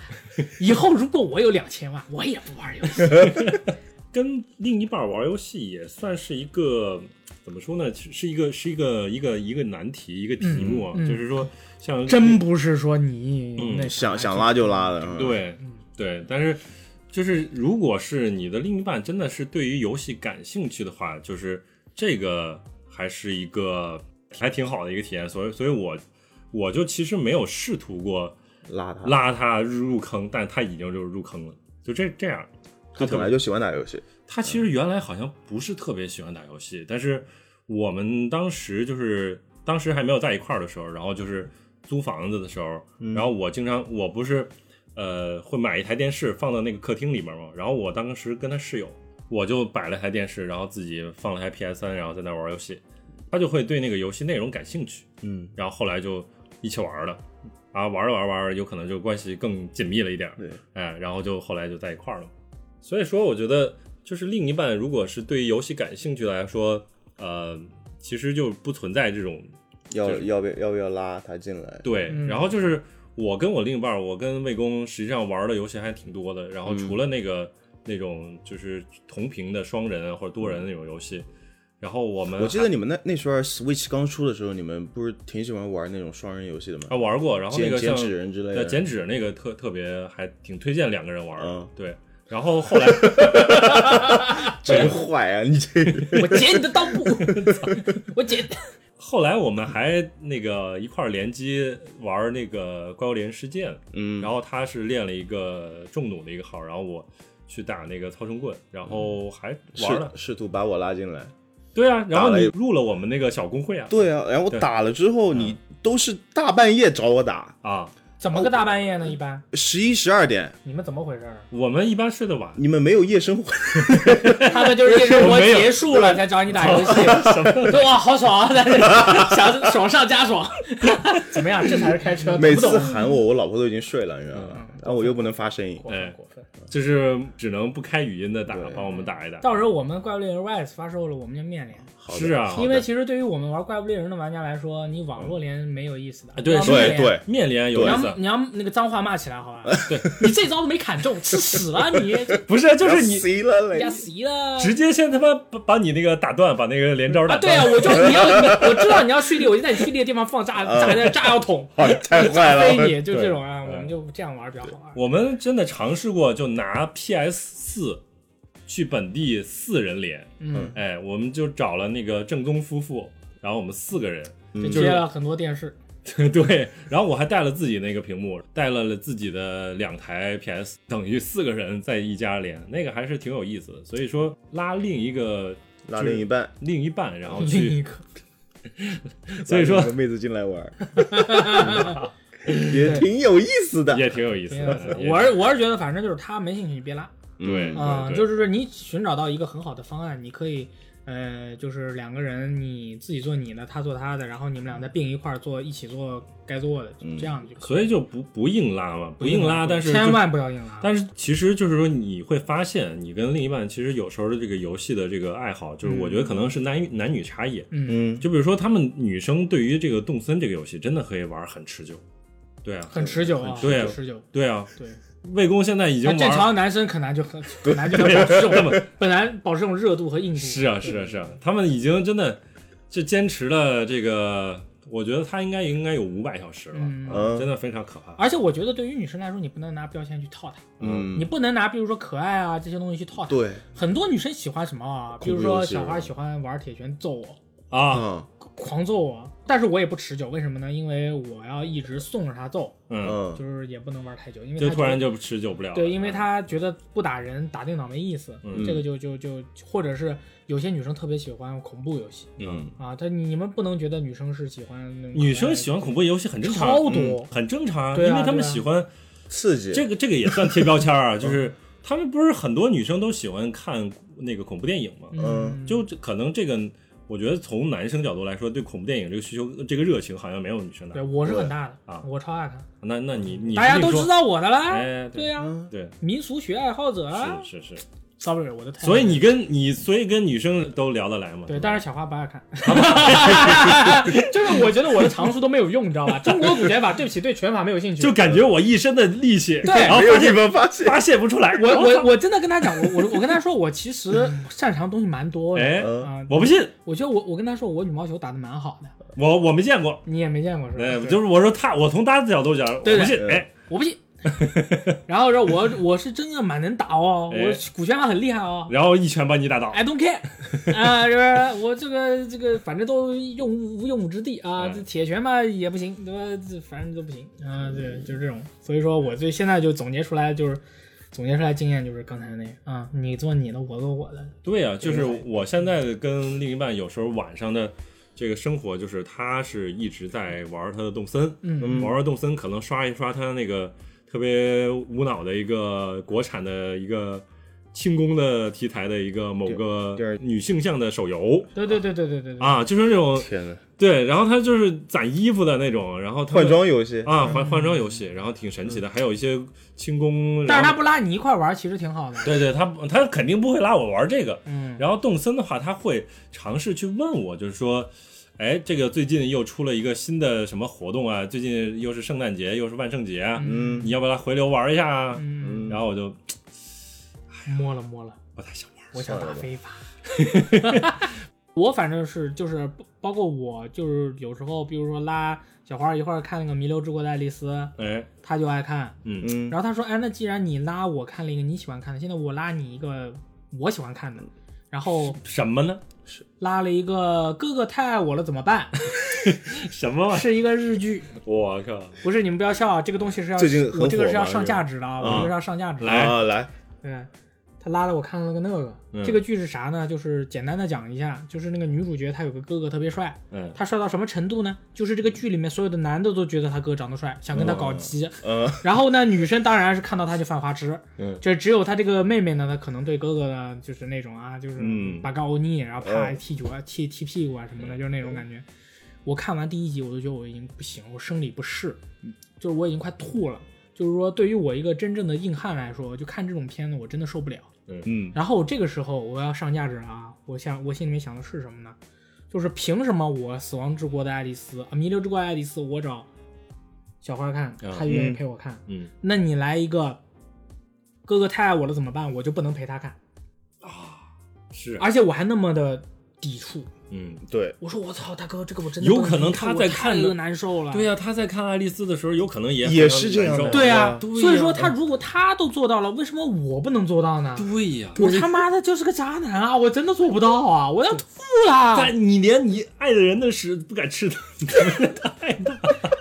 S3: 以后如果我有两千万，我也不玩游 戏。
S1: 跟另一半玩游戏也算是一个怎么说呢？是是一个是一个一个一个难题，一个题目啊，
S3: 嗯嗯
S1: 就是说像
S3: 真不是说你
S1: 嗯
S3: 那
S2: 想
S3: 啥
S2: 想拉就拉的，嗯是吧，
S1: 对对，但是就是如果是你的另一半真的是对于游戏感兴趣的话，就是这个还是一个还挺好的一个体验，所以所以我我就其实没有试图过
S2: 拉他，
S1: 拉他入坑，但他已经就是入坑了，就这这样。
S2: 他本来就喜欢打游戏，
S1: 他其实原来好像不是特别喜欢打游戏，但是我们当时就是当时还没有在一块儿的时候，然后就是租房子的时候，然后我经常我不是呃会买一台电视放到那个客厅里面嘛，然后我当时跟他室友，我就摆了台电视，然后自己放了台 PS 三，然后在那玩游戏，他就会对那个游戏内容感兴趣，
S2: 嗯，
S1: 然后后来就一起玩了。啊，玩着玩着玩着，有可能就关系更紧密了一点儿，
S2: 对，
S1: 哎，然后就后来就在一块儿了。所以说，我觉得就是另一半如果是对于游戏感兴趣来说，呃，其实就不存在这种
S2: 要要不要要不要拉他进来？
S1: 对，
S3: 嗯
S1: 然后就是我跟我另一半儿，我跟魏公实际上玩的游戏还挺多的。然
S2: 嗯
S1: 后除了那个、那种就是同屏的双人啊或者多人的那种游戏，然后我们
S2: 我记得你们那那时候 Switch 刚出的时候，你们不是挺喜欢玩那种双人游戏的吗？
S1: 还啊玩过，然后那
S2: 剪
S1: 个像
S2: 剪纸人之类
S1: 呃
S2: 的。
S1: 剪纸那个特特别还挺推荐两个人玩的，
S2: 嗯
S1: 对。然后后来
S2: 真坏啊！你这
S3: 我截你的裆部，我截。
S1: 后来我们还那个一块儿联机玩那个《怪物猎人世界》，
S2: 嗯，
S1: 然后他是练了一个重弩的一个号，然后我去打那个操绳棍，然
S2: 嗯
S1: 后还玩了
S2: 试试图把我拉进来。
S1: 对啊，然
S2: 打
S1: 后
S2: 了
S1: 你
S2: 一
S1: 入了我们那个小公会啊，
S2: 对啊，然后我
S1: 对嗯
S2: 打了之后，你都是大半夜找我打，
S1: 啊，
S3: 怎么个大半夜呢？一般
S2: 十一十二点，
S3: 你们怎么回事儿？啊
S1: 我们一般睡得晚，
S2: 你们没有夜生活，
S3: 他们就是夜生活
S1: 我没有
S3: 结束了才找你打游戏，说哇好爽啊，但是想爽上加爽， 怎么样？这才是开车，
S2: 每
S3: 懂不
S2: 次
S3: 懂？
S2: 喊我，我老婆都已经睡了，你知道吗？然后我又不能发声音，
S3: 过
S1: 哎
S3: 分过分。
S1: 就是只能不开语音的打，
S2: 对
S1: 帮我们打一打。
S3: 到时候我们怪物猎人 Rise 发售了，我们就面临。
S2: 好的
S1: 是啊
S2: 好的
S3: 因为其实对于我们玩怪物猎人的玩家来说，你网络连没有意思的。
S1: 啊对
S3: 要
S1: 对
S3: 面连
S2: 对
S1: 面连有
S3: 你
S1: 意
S3: 要
S1: 思，
S3: 你要那个脏话骂起来好吧？对，你这招都没砍中，吃屎了你！
S1: 不是就是
S2: 要
S1: 你
S2: 死了嘞
S3: 呀死了！
S1: 直接先他妈把把你那个打断，把那个连招
S3: 啊，
S1: 打
S3: 对
S1: 断。
S3: 啊， 我就你要你，我知道你要蓄力，我就在你蓄力的地方放炸
S1: 啊
S3: 炸弹炸药 桶，
S2: 好太坏
S3: 飞
S2: 了，
S3: 你，就这种啊，
S1: 对嗯
S3: 我们就这样玩比较好玩。
S1: 我们真的尝试过，就拿 PS 四去本地四人连，
S3: 嗯，
S1: 哎，我们就找了那个正宗夫妇，然后我们四个人，
S3: 就
S1: 嗯就是
S3: 接了很多电视，
S1: 对，然后我还带了自己那个屏幕，带了自己的两台 PS，等于四个人在一家连，那个还是挺有意思的。所以说拉另一个
S2: 拉另一半，
S1: 另一半，然后
S3: 另
S1: 去，
S3: 一个
S1: 所以说
S2: 拉另一个妹子进来玩，也挺有意思的。
S1: 也挺有意思
S3: 挺有意思
S1: 的
S3: 的。。
S1: 也
S3: 我是我是觉得，反正就是他没兴趣你别拉
S1: 对
S2: 嗯
S3: 啊，
S1: 对
S3: 就是说你寻找到一个很好的方案，你可以。呃，就是两个人，你自己做你的，他做他的，然后你们俩再并一块儿做，一起做该做的，
S2: 嗯
S3: 这样就可
S1: 所以就不不硬拉嘛，不
S3: 以
S1: 硬拉，但是就
S3: 千万不要硬拉。
S1: 但是其实就是说，你会发现你跟另一半其实有时候的这个游戏的这个爱好，就是我觉得可能是男女男女差异。
S3: 嗯，
S2: 嗯，
S1: 就比如说，他们女生对于这个动森这个游戏，真的可以玩很持久。对啊，
S3: 很持久啊，
S1: 对
S3: 很持久。
S1: 对啊，
S3: 对，
S1: 魏公现在已经玩
S3: 那啊正常的男生很难 就很很难就能保持这种
S1: 这么
S3: 本来保持这种热度和硬度。
S1: 是啊，是啊，是啊，他们已经真的就坚持了这个，我觉得他应该应该有五百小时了，
S3: 嗯
S1: 啊真的非常可怕。
S3: 而且我觉得对于女生来说，你不能拿标签去套她，
S2: 嗯
S3: 你不能拿比如说可爱啊这些东西去套她。
S2: 对
S3: 很多女生喜欢什么啊？比如
S2: 恐怖
S3: 说
S2: 游戏
S3: 小孩喜欢玩铁拳揍我，
S1: 啊，
S2: 啊，
S3: 狂揍我，但是我也不持久，为什么呢？因为我要一直送着她揍，
S1: 嗯，
S2: 嗯，
S3: 就是也不能玩太久，因为
S1: 就
S3: 她
S1: 突然
S3: 觉得。
S1: 就持久不了了。
S3: 对，因为她觉得不打人打电脑没意思，
S1: 嗯
S3: 这个就就就或者是有些女生特别喜欢恐怖游戏，
S1: 嗯，
S3: 啊，但你们不能觉得女生是喜欢那种
S1: 女生喜欢恐怖游戏很正常，
S3: 超多
S1: 嗯很正常啊，
S3: 对啊
S1: 因为他们
S3: 对啊
S1: 喜欢
S2: 刺激，
S1: 这个，这个也算贴标签 儿啊，
S3: 嗯
S1: 就是他们不是很多女生都喜欢看那个恐怖电影吗？
S3: 嗯，
S1: 就这可能这个，我觉得从男生角度来说，对恐怖电影这个需求、这个热情好像没有女生
S3: 对
S1: 大。
S3: 我是很大的
S1: 啊
S3: 我超爱看，
S1: 那那你你
S3: 大家都
S1: 说
S3: 知，道我的啦，
S1: 哎，
S3: 对呀，
S2: 嗯
S1: 对，
S3: 民俗学爱好者啊
S1: 是是是。
S3: ，sorry，我的太，
S1: 所以你跟你，所以跟女生都聊得来嘛？
S3: 对，
S1: 吧
S3: 但是小花不爱看，
S1: 啊
S3: 就是我觉得我的常识都没有用，你知道吧？中国古典法，对不起，对拳法没有兴趣，
S1: 就感觉我一身的力气，
S3: 对
S1: 然后
S2: 没
S1: 发
S2: 有地
S1: 现
S2: 方发现，
S1: 发泄不出来。
S3: 我
S1: 我
S3: 我我真的跟他讲，我我我跟他说，我其实擅长的东西蛮多的
S1: 哎，
S2: 嗯，
S3: 啊，
S1: 我不信，
S3: 我觉得我我跟他说我羽毛球打的蛮好的，
S1: 我我没见过。
S3: 你也没见过是吧
S1: 哎，？
S3: 对
S1: 就是我说他，我从他的角度讲，
S3: 对
S1: 我不信。
S2: 对
S1: 哎，
S3: 我不信。 然后说我我是真的蛮能打哦，
S1: 哎
S3: 我古拳法很厉害哦。
S1: 然后一拳把你打倒。
S3: I don't care，啊、就是我这个这个，反正都用武无用武之地啊。
S1: 嗯
S3: 这铁拳嘛也不行，对吧？这反正都不行啊。
S1: 嗯
S3: 对，就是这种。所以说，我最现在就总结出来，就是总结出来经验就是刚才那个啊，你做你的，我做我的。
S1: 对呀、就是我现在跟另一半有时候晚上的这个生活，就是他是一直在玩他的动森，
S3: 嗯
S1: 玩玩动森，可能刷一刷他那个特别无脑的一个国产的一个轻功的题材的一个某个
S2: 第二
S1: 女性向的手游
S3: 对对对对对对对，
S1: 啊，就是那种
S2: 天呐，
S1: 对，然后它就是攒衣服的那种，然后它
S2: 换装游戏，
S1: 啊
S3: 嗯
S1: 换换装游戏，然后挺神奇的，还有一些轻功，
S3: 但
S1: 然
S3: 是他
S1: 后
S3: 不拉你一块儿玩儿，其实挺好的。
S1: 对对，他他肯定不会拉我玩这个，
S3: 嗯，
S1: 然后动森的话，他会尝试去问我，就是说，哎，这个最近又出了一个新的什么活动啊？最近又是圣诞节，又是万圣节啊，
S2: 嗯
S1: 你要不要来回流玩一下啊？
S3: 嗯，
S1: 然后我就
S3: 摸了摸了，
S1: 不太想玩。
S3: 我想
S2: 算
S3: 打
S2: 了吧
S3: 非法。 我反正是就是包包括我就是有时候，比如说拉小花一块儿看那个《弥留之国的爱丽丝》，
S1: 哎，
S3: 她就爱看。
S1: 嗯，
S2: 嗯，
S3: 然后她说：“哎，那既然你拉我看了一个你喜欢看的，现在我拉你一个我喜欢看的，然后
S1: 什么呢？
S3: 拉了一个哥哥太爱我了怎么办？
S1: 什么玩意
S3: 是一个日剧，
S1: 儿？我靠！
S3: 不是你们不要笑啊，这个东西是要
S2: 最近很
S3: 我这个
S2: 火
S3: 是要
S2: 嘛
S3: 上
S2: 是
S3: 价值的啊，我
S1: 啊
S3: 这个是要上价值的。
S1: 来
S2: 啊来，
S3: 对，他拉了我看了个那个，
S1: 嗯
S3: 这个剧是啥呢？就是简单的讲一下，就是那个女主角她有个哥哥特别帅，
S1: 嗯，
S3: 他帅到什么程度呢？就是这个剧里面所有的男的都觉得他哥长得帅，想跟他
S1: 哦
S3: 搞基。
S2: 嗯
S3: 然后呢，女生当然是看到他就犯花痴，
S1: 嗯
S3: 就只有他这个妹妹呢，她可能对哥哥呢就是那种啊，就是
S1: 嗯哦
S3: 拔高欧尼，然后啪
S2: 嗯
S3: 踢脚啊、踢踢屁股啊什么的，就是那种感觉。我看完第一集，我就觉得我已经不行，我生理不适，
S1: 嗯
S3: 就是我已经快吐了。就是说，对于我一个真正的硬汉来说，就看这种片子，我真的受不了。
S2: 嗯，
S3: 然后这个时候我要上价值了啊！我想我心里面想的是什么呢？就是凭什么我《死亡之国的爱丽丝》啊，《弥留之国的爱丽丝》，我找小花看，
S1: 啊
S3: 她愿意
S2: 嗯
S3: 陪我看。
S1: 嗯
S3: 那你来一个，哥哥太爱我了怎么办？我就不能陪他看，
S1: 啊，是，
S3: 而且我还那么的抵触。
S1: 嗯，
S2: 对，
S3: 我说我操，大哥，这个我真的
S1: 有
S3: 不
S1: 可能
S3: 陪
S1: 他在
S3: 我
S1: 看
S3: 太
S1: 的
S3: 难受了。
S1: 对呀、啊他在看爱丽丝的时候，有可能也
S2: 也是这样的
S1: 很难受
S3: 对呀、
S2: 啊
S1: 对呀
S3: 所以说他如果他都做到了，为什么我不能做到呢？
S1: 对呀、
S3: 我他妈的就是个渣男啊！我真的做不到啊！我要吐了。
S1: 但你连你爱的人的屎不敢吃的，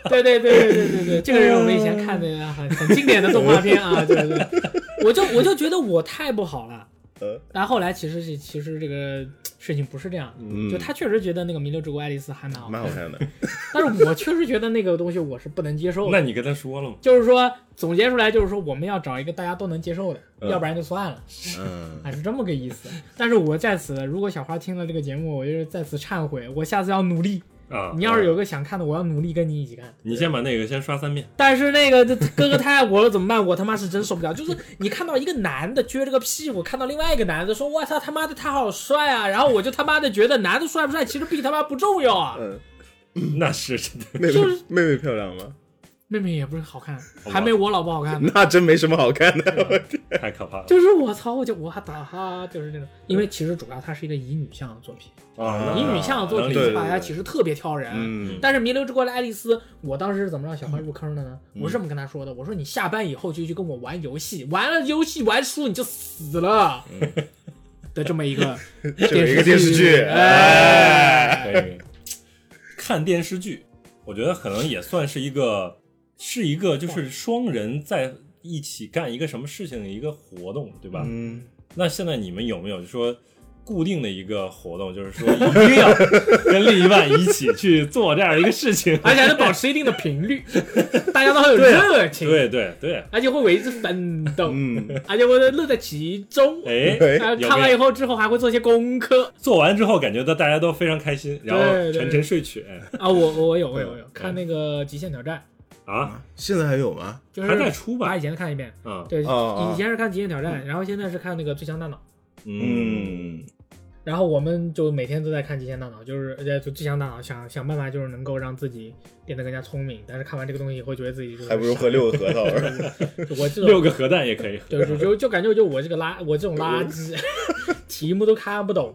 S3: 对对对对对对对，这个是我们以前看的很很经典的动画片啊，对对对，我就我就觉得我太不好了。
S2: 呃，
S3: 但后来其实是其实这个事情不是这样，
S2: 嗯
S3: 就他确实觉得那个《弥留之国爱丽丝》还蛮好
S2: 蛮
S3: 看
S2: 好
S3: 的，
S2: 看的，
S3: 但是我确实觉得那个东西我是不能接受
S1: 那
S3: 的。
S1: 你跟他说了吗？
S3: 就是说，总结出来就是说，我们要找一个大家都能接受的，
S1: 嗯
S3: 要不然就算了，
S2: 嗯
S3: 啊，是这么个意思。但是我在此，如果小花听了这个节目，我就是在此忏悔，我下次要努力。
S1: 啊，
S3: 你要是有个想看的，我要努力跟你一起看。
S1: 你先把那个先刷三遍。
S3: 但是那个这哥哥太爱我了怎么办？我他妈是真受不了。就是你看到一个男的撅着个屁股，看到另外一个男的说“哇操他妈的他好帅啊”，然后我就他妈的觉得男的帅不帅其实并他妈不重要啊。
S2: 嗯，
S1: 那是真的，
S2: 妹妹
S3: 就是
S2: 妹妹漂亮吗？
S3: 妹妹也不是好看，
S1: 吧
S3: 还没我老婆好看 呢。
S2: 那真没什么好看的，
S1: 太可怕了
S3: 就是我操，我就我打哈，就是那种，因为其实主要它是一个乙女向的作品，
S2: 啊
S3: 乙女向的作
S1: 能
S3: 品
S1: 理解
S3: 是吧？它其实特别挑人。
S2: 嗯
S3: 但是《弥留之国的爱丽丝》，我当时是怎么让
S1: 嗯
S3: 小花入坑的呢？我是这么跟她说的：我说你下班以后就去跟我玩游戏，玩了游戏玩输你就死了。
S1: 嗯
S3: 的这么 一个
S2: 这么一个电视剧
S3: 哎，
S1: 对看电视剧，我觉得可能也算是一个，是一个就是双人在一起干一个什么事情的一个活动，对吧？
S2: 嗯，
S1: 那现在你们有没有就说固定的一个活动，就是说一定要 跟另一半一起去做这样一个事
S3: ？
S1: 情
S3: 而且还能保持一定的频率，大家都很有热情，
S1: 对对对，
S3: 而且会为之奋斗，
S2: 嗯，
S3: 而且会乐在其中。
S1: 哎，
S3: 还有
S1: 有没有
S3: 看完以后之后还会做一些功课
S1: 做完之后感觉到大家都非常开心，然
S3: 对
S1: 后
S3: 对
S1: 沉沉睡去，哎
S3: 啊！我我我有我有
S1: 嗯
S3: 我有看那个《极限挑战
S1: 啊，
S2: 现在还有吗？》，
S3: 就是
S1: 还在出
S3: 把
S1: 吧
S3: 以？前的看一遍。
S1: 啊，
S3: 对，
S2: 哦哦
S3: 以前是看《极限挑战》，然后现在是看那个《最强大脑》。
S1: 嗯
S2: 嗯，
S3: 然后我们就每天都在看《极限大脑》，就是呃，就《最强大脑》想想办法，就是能够让自己变得更加聪明。但是看完这个东西以后，觉得自己就是
S2: 还不如喝六个核桃玩儿。
S3: 就我这
S1: 六
S3: 种，
S1: 个核弹也可以。
S3: 对，就就就感觉就我这个垃，我这种垃圾， 题目都看不懂，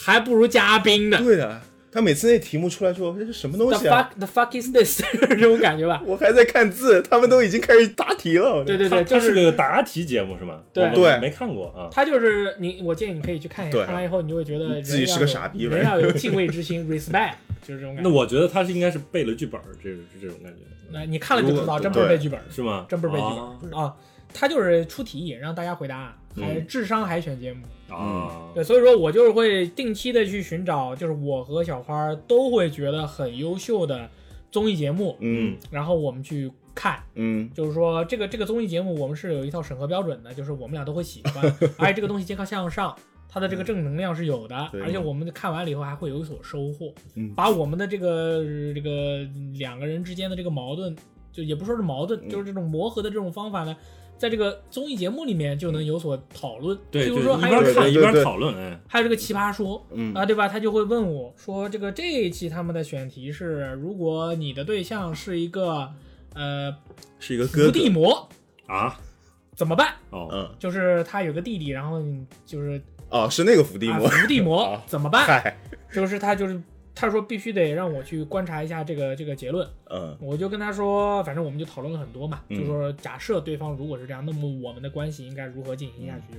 S3: 还不如嘉宾呢。
S2: 对的，他每次那题目出来之后，这是什么东
S3: The
S2: 西啊？
S3: fuck the fuck is this？这 种感觉吧。
S2: 我还在看字，他们都已经开始答题了。
S3: 对对
S1: 它
S3: 对，就
S1: 它是
S3: 是
S1: 个答题节目是吗？
S3: 对
S1: 我
S2: 对
S1: 没看过啊。
S3: 他就是你，我建议你可以去看一下，
S2: 对
S3: 看完以后你就会觉得人
S2: 自己是
S3: 要
S2: 个
S3: 有
S2: 傻逼
S3: 人要有敬畏之心，respect，就是这种感
S1: 那
S3: 觉。
S1: 我觉得他是应该是背了剧本儿，这种这种感觉
S3: 那你看了就知道，
S2: 如果
S3: 真不是
S2: 对
S3: 背剧本。
S1: 是吗？
S3: 真不是背剧
S1: 啊
S3: 本啊，他就是出题让大家回答，还是智商海选节目。
S2: 嗯
S1: 啊
S3: 对，所以说我就是会定期的去寻找，就是我和小花都会觉得很优秀的综艺节目，
S2: 嗯，
S3: 然后我们去看。
S2: 嗯
S3: 就是说，这个这个综艺节目我们是有一套审核标准的，就是我们俩都会喜 欢，而且这个东西健康向上，它的这个正能量是有的，
S2: 嗯对
S3: 而且我们看完了以后还会有所收获，
S2: 嗯
S3: 把我们的这个这个两个人之间的这个矛盾，就也不说是矛盾，
S2: 嗯
S3: 就是这种磨合的这种方法呢，在这个综艺节目里面就能有所讨论，
S1: 对，
S3: 比
S1: 就
S3: 如
S1: 是
S3: 说
S1: 一
S3: 还
S1: 边
S3: 有
S2: 嗯
S3: 这
S2: 对对
S1: 看
S3: 个
S1: 一
S2: 对
S1: 边
S2: 对
S1: 讨论，哎，
S3: 还有这个奇葩说，
S2: 嗯
S3: 啊，对吧？他就会问我说，这个这一期他们的选题是，如果你的对象是一个呃
S2: 是一个哥
S3: 伏
S2: 哥，
S3: 地魔
S1: 啊，
S3: 怎么办？
S1: 哦，
S2: 嗯，
S3: 就是他有个弟弟，然后你 就是
S2: 哦，是那个伏地
S3: 啊
S2: 魔，
S3: 伏地魔
S2: 啊
S3: 怎么办？
S2: 嗨，
S3: 就是他就是他说必须得让我去观察一下这个这个结论。
S2: 嗯
S3: 我就跟他说，反正我们就讨论了很多嘛，
S2: 嗯
S3: 就说假设对方如果是这样，那么我们的关系应该如何进行下
S2: 嗯
S3: 去？就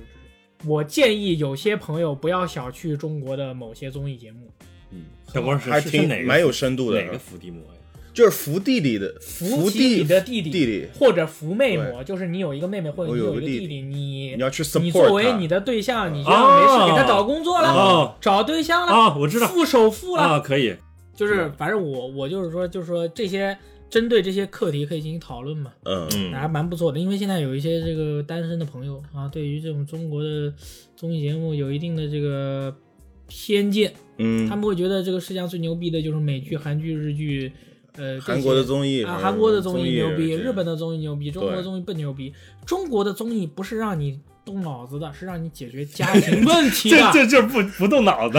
S3: 是我建议有些朋友不要小觑中国的某些综艺节目，
S2: 嗯，
S1: 小光是
S2: 还
S1: 是
S2: 挺
S1: 哪个
S2: 蛮有深度
S1: 哪个
S2: 的，
S1: 伏地魔呀？
S2: 就是伏地里的
S3: 扶
S2: 伏
S3: 起
S2: 地
S3: 你的弟弟，
S2: 弟弟，
S3: 或者扶妹魔，就是你有一个妹妹或者
S2: 我
S3: 你
S2: 有
S3: 一
S2: 个
S3: 个
S2: 弟
S3: 弟弟，你
S2: 你要去 support
S3: 你作为
S2: 他
S3: 你的对象，你就
S1: 啊
S3: 要没事给他找工作了，
S1: 哦
S3: 找对象了，
S1: 啊，我知道
S3: 付首付了，
S1: 啊，可以，
S3: 就是反正我我就是说就是说这些针对这些课题可以进行讨论嘛，
S2: 嗯
S3: 还
S1: 嗯，
S3: 蛮不错的。因为现在有一些这个单身的朋友啊，对于这种中国的综艺节目有一定的这个偏见，
S2: 嗯，
S3: 他们会觉得这个世界上最牛逼的就是美剧、韩剧、日剧。呃，这
S2: 韩国的
S3: 些
S2: 综艺
S3: 啊，韩国的
S2: 综
S3: 综艺牛逼，
S2: 而且
S3: 日本的综艺牛逼，中国的
S2: 对
S3: 综艺不牛逼。中国的综艺不是让你动脑子的，是让你解决家庭问 题
S1: 这
S3: 的。
S1: 这这不不动脑 子，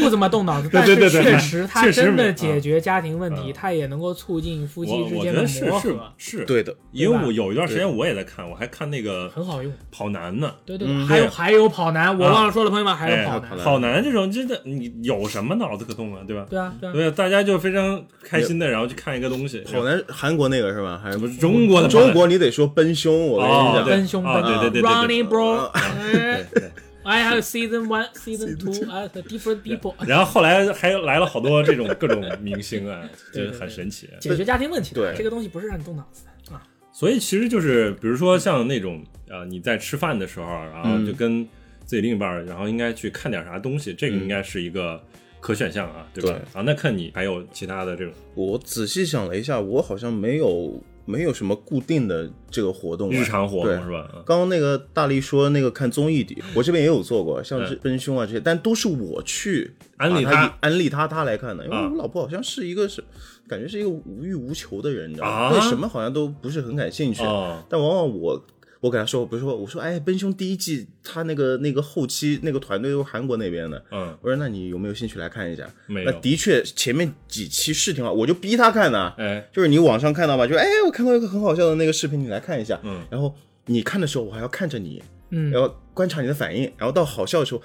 S3: 不怎么动脑子，
S1: 对
S3: 但是
S1: 对对对
S3: 确实它
S1: 确实
S3: 真的
S1: 没
S3: 解决家庭问题，
S1: 嗯
S3: 它也能够促进夫妻
S1: 我
S3: 之
S1: 我觉
S3: 间的
S1: 得是
S3: 磨
S1: 是
S3: 合，
S1: 是，
S2: 对的，
S1: 因为
S3: 对吧
S1: 我有一段时间我也在看，我还看那个
S3: 很好用。
S1: 跑男呢。
S3: 对对，
S2: 嗯
S3: 还有
S1: 对
S3: 还有跑男，我
S1: 啊
S3: 忘了说了，朋友们，还有
S1: 哎
S3: 跑
S2: 还有跑
S3: 男。
S2: 男
S1: 跑男这种真的，你有什么脑子可动啊，对吧？
S3: 对啊，对啊，
S1: 对，大家就非常开心的，然后去看一个东西。
S2: 跑男韩国那个是吧？还是不是
S1: 中国的跑
S2: 中
S1: 男
S2: 国你得说奔凶，我跟
S1: 嗯哦
S2: 你讲，
S1: 对
S3: 奔凶
S1: 啊
S3: 奔
S2: 对
S1: 对对对对啊
S3: Running Bro 哎。
S2: 对对
S3: I have season one, season two, I have different people。
S1: 然后后来还来了好多这种各种明星 啊，
S3: 对
S1: 就
S3: 对
S1: 很神奇。
S3: 解决家庭问题的，
S2: 对
S3: 这个东西不是让你动脑子的啊。
S1: 所以其实就是，比如说像那种呃，你在吃饭的时候，啊然后
S2: 嗯
S1: 就跟自己另一半儿，然后应该去看点啥东西，这个应该是一个可选项啊，对吧？
S2: 嗯对
S1: 啊，那看你还有其他的这种
S2: 我仔细想了一下，我好像没有没有什么固定的这个活动啊，
S1: 日常活
S2: 对
S1: 动是吧？啊
S2: 刚刚那个大力说那个看综艺的，我这边也有做过，像
S1: 嗯
S2: 是奔凶啊这些，但都是我去
S1: 安利
S2: 把
S1: 他
S2: 他一，安利他，他来看的。因为
S1: 啊
S2: 我老婆好像是一个是，感觉是一个无欲无求的人，你知道
S1: 啊
S2: 吗？对什么好像都不是很感兴趣。
S1: 哦
S2: 但往往我我给他说，我不是说我说哎，奔凶第一季他那个那个后期那个团队都是韩国那边的，
S1: 嗯，
S2: 我说那你有没有兴趣来看一下？
S1: 没
S2: 那
S1: 有，
S2: 的确前面几期是挺好，我就逼他看的啊。
S1: 哎，
S2: 就是你网上看到吧，就是哎，我看到一个很好笑的那个视频，你来看一下。
S1: 嗯，
S2: 然后你看的时候，我还要看着你，
S3: 嗯
S2: 然，后观察你的反应，然后到好笑的时候，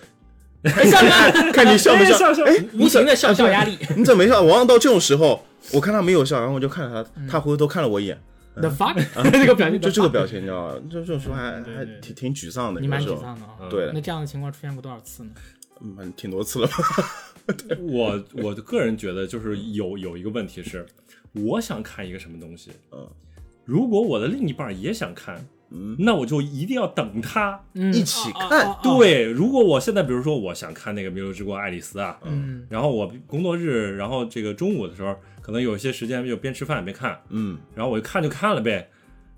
S3: 哎笑笑，
S2: 看你笑没
S1: 哎笑笑
S2: 哎，
S3: 无形的笑笑压力。
S2: 你怎么没笑？往往到这种时候，我看他没有笑，然后我就看着
S3: 嗯
S2: 他，他回头看了我一眼，
S3: The fuck，这个表情
S2: 就这个表情，你知道吧？就这种时候还
S3: 对
S2: 还
S3: 对
S2: 挺挺沮丧的，
S3: 你
S2: 有
S3: 蛮
S2: 时
S3: 沮
S2: 候
S3: 丧的啊。
S1: 嗯
S2: 对的
S3: 那这样的情况出现过多少次呢？
S2: 嗯，挺多次了吧？
S1: 我我个人觉得就是有有一个问题是，我想看一个什么东西，
S2: 嗯
S1: 如果我的另一半儿也想看，
S2: 嗯，
S1: 那我就一定要等他。
S3: 嗯
S2: 一起看
S3: 啊啊啊啊
S1: 对，如果我现在比如说我想看那个《迷路之国》爱丽丝啊，
S3: 嗯，
S1: 然后我工作日，然后这个中午的时候，可能有些时间就边吃饭边看，
S2: 嗯
S1: 然后我就看就看了呗，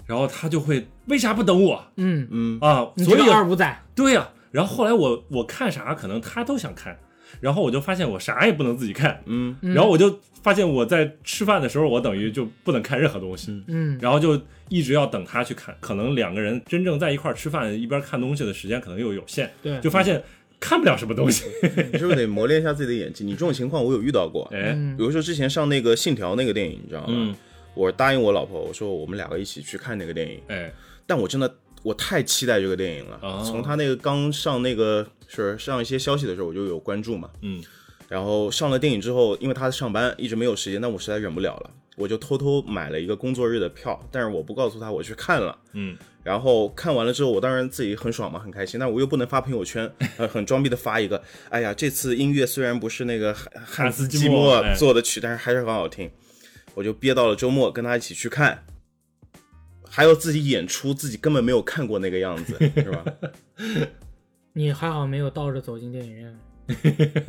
S1: 然后他就会为啥不等我
S3: 嗯，
S2: 嗯
S1: 啊？
S3: 你
S1: 所
S3: 这
S1: 以
S3: 个二五仔，
S1: 对呀、然后后来我我看啥，可能他都想看，然后我就发现我啥也不能自己看，
S2: 嗯
S3: 嗯
S1: 然后我就发现我在吃饭的时候，我等于就不能看任何东西，
S3: 嗯，
S1: 然后就一直要等他去看。可能两个人真正在一块儿吃饭，一边看东西的时间可能又有限，
S3: 对，
S1: 就发现看不了什么东西。
S2: 你是不是得磨练一下自己的演技？你这种情况我有遇到过，
S1: 哎，
S2: 比
S3: 嗯
S2: 如说之前上那个《信条》那个电影，你知道
S1: 嗯
S2: 吗？我答应我老婆，我说我们两个一起去看那个电影，
S1: 哎，
S2: 但我真的我太期待这个电影了。
S1: 哦
S2: 从他那个刚上那个是上一些消息的时候，我就有关注嘛。
S1: 嗯
S2: 然后上了电影之后，因为他上班一直没有时间，但我实在忍不了了，我就偷偷买了一个工作日的票，但是我不告诉他我去看了。
S1: 嗯，
S2: 然后看完了之后，我当然自己很爽嘛，很开心，但我又不能发朋友圈， 呃，很装逼的发一个，哎呀，这次音乐虽然不是那个汉汉斯季
S1: 汉斯季默哎
S2: 默做的曲，但是还是很好听，我就憋到了周末跟他一起去看，还有自己演出，自己根 本没有看过那个样子，是吧？
S3: 你还好没有倒着走进电影院，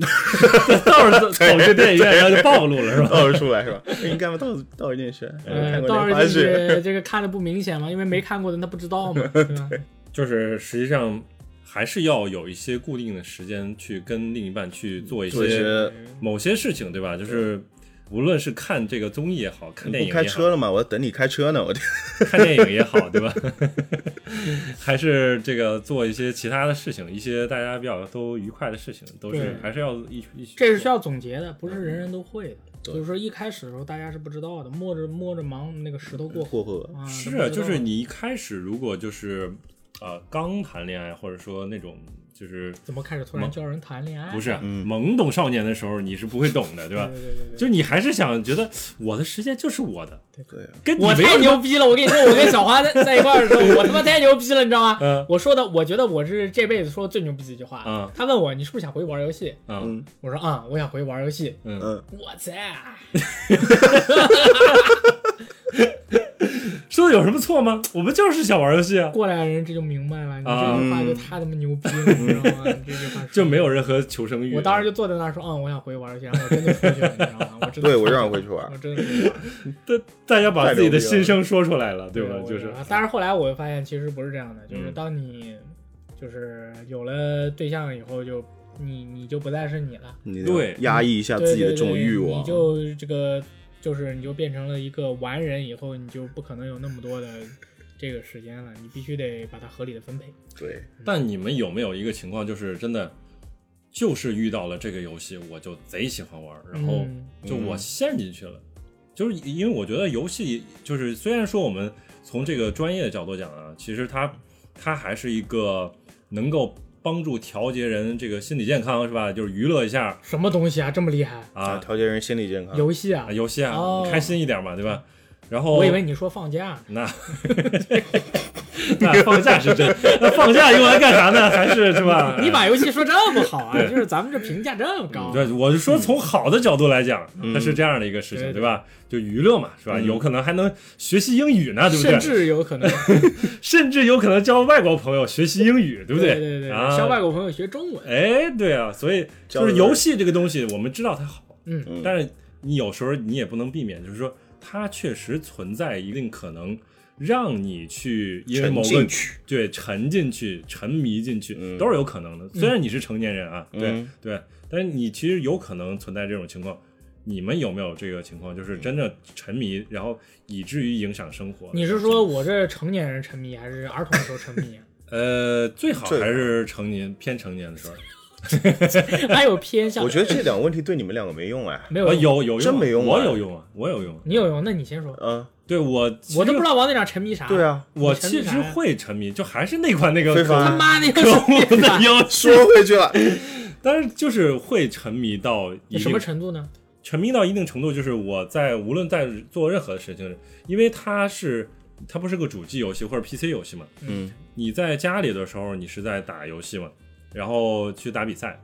S1: 到时候走去电影院，然后就暴露了，是吧？
S2: 倒着出来是吧？你干嘛倒倒一点血？
S3: 呃
S1: 哎
S2: 看，过
S3: 到
S2: 莲
S3: 时候
S2: 花
S3: 就
S2: 血。
S3: 是这个看的不明显嘛，因为没看过的他不知 道嘛，对吧？
S1: 就是实际上还是要有一些固定的时间去跟另一半去做一
S2: 做一
S1: 些
S2: 些
S1: 某些事情，对吧？就是无论是看这个综艺也好看电
S2: 不
S1: 影
S2: 开
S1: 也好
S2: 车，了吗？我等你开车呢，我 的
S1: 看电影也好，对吧？ 还是这个做一些其他的事情，一些大家比较都愉快的事情，都
S3: 对
S1: 是还是要一起一起。
S3: 这是需要总结的，不是人人都会的。
S2: 对
S3: 就是说一开始的时候大家是不知道的，摸着摸着忙那个石头过
S2: 过
S3: 河。
S2: 河。
S3: 啊、
S1: 是
S3: 都不知道
S1: 啊，就是你一开始如果就是呃刚谈恋爱，或者说那种就是
S3: 怎么开始突然教人谈恋爱？
S1: 不是啊、
S2: 嗯
S1: 懵懂少年的时候，你是不会懂的，对吧
S3: 对，？对对对
S1: 就你还是想觉得我的世界就是我的，
S2: 对，
S1: 跟你
S3: 我
S1: 没
S3: 太
S1: 有什
S3: 牛
S1: 么
S3: 逼了！我跟你说，我跟小花在在一块儿的时候，我他妈太牛逼了，你知道吗？
S1: 嗯
S3: 我说的，我觉得我是这辈子说的最牛逼的一句话。
S1: 嗯
S3: 他问我你是不是想回去玩游戏？
S1: 嗯
S2: 嗯
S3: 我说啊、我想回去玩游戏。
S1: 嗯，
S2: 嗯，
S3: 我啊操！
S1: 说的有什么错吗？我们就是想玩游戏啊，
S3: 过来人这就明白了，你
S1: 啊
S3: 这句话
S2: 嗯
S3: 就太他妈牛逼了，你知道 吗？你这句话说
S1: 就没有任何求生欲。
S3: 我当时就坐在那儿说，嗯，我想回去玩游戏，然后我真的出去了，你知道吗？我真 的，
S2: 对我就想回去 玩
S3: 我。真的出去 玩，
S1: 大大家把自己的
S2: 太牛逼
S1: 心
S2: 了
S1: 声说出来了，对吧？
S3: 我
S1: 就是
S3: 但是后来我发现其实不是这样的，就是
S1: 嗯
S3: 当你就是有了对象以后就。你你就不再是你了，
S2: 你
S1: 对
S2: 压抑一下
S3: 对
S2: 自己的
S3: 对
S2: 这种
S3: 对
S2: 欲
S3: 你
S2: 望，
S3: 就这个就是你就变成了一个完人，以后你就不可能有那么多的这个时间了，你必须得把它合理的分配。
S2: 对，
S1: 但你们有没有一个情况，就是真的，就是遇到了这个游戏，我就贼喜欢玩，然后
S3: 嗯
S1: 就我陷进去了。就是因为我觉得游戏，就是虽然说我们从这个专业的角度讲啊，其实它它还是一个能够帮助调节人这个心理健康，是吧？就是娱乐一下
S3: 什么东西啊，这么厉害？
S1: 啊，
S2: 调节人心理健康。
S3: 游戏啊
S1: 啊，游戏啊，
S3: 哦
S1: 开心一点嘛，对吧？然后
S3: 我以为你说放假呢。
S1: 那 那放假是真，那放假用来干啥呢？还是是吧？
S3: 你把游戏说这么好啊，就是咱们这评价这么高，啊
S1: 对，我是说从好的角度来讲，它是这样的一个事情，
S3: 对
S1: 对吧？就娱乐嘛，是吧？有可能还能学习英语呢，对不对
S3: 甚？至有可能，
S1: 甚至有可能交外国朋友学习英语，对不
S3: 对
S1: 对
S3: 对，
S1: 啊，
S3: 向外国朋友学中文，
S1: 哎，对啊，所以就是游戏这个东西，我们知道它好，
S3: 嗯
S2: 嗯
S1: 但是你有时候你也不能避免，就是说它确实存在一定可能让你去因为
S2: 沉
S1: 某个
S2: 进去
S1: 对沉进去、沉迷进去、
S2: 嗯
S1: 都是有可能的。虽然你是成年人啊，
S2: 嗯
S1: 对对，但是你其实有可能存在这种情况。你们有没有这个情况，
S2: 嗯
S1: 就是真的沉迷，然后以至于影响生活？
S3: 你是说我这成年人沉迷，还是儿童的时候沉 迷啊？
S1: 呃，最好
S2: 最好
S1: 还是成年偏成年的时候，
S3: 还有偏向？
S2: 我觉得这两个问题对你们两个没用哎。
S3: 没
S1: 啊
S3: 有，
S1: 有有用啊，
S2: 真没用啊
S1: 我有用啊，我有用啊。
S3: 你有用？那你先说，
S2: 嗯，
S1: 对我，
S3: 我都不知。道王队长沉迷啥。
S2: 对，啊。
S1: 我
S3: 你沉迷
S1: 其
S3: 啥
S1: 实
S3: 呀
S1: 会沉迷，就还是那款那个
S2: 非
S1: 可
S2: 法
S3: 他 妈的又是
S1: 恶 的游戏，
S2: 说回去了，
S1: 但是就是会沉迷到 一定
S3: 什么程度呢？
S1: 沉迷到一定程度，就是我在无论在做任何事情，因为它是它不是个主机游戏或者 PC 游戏嘛，
S2: 嗯，
S1: 你在家里的时候你是在打游戏嘛，然后去打比赛，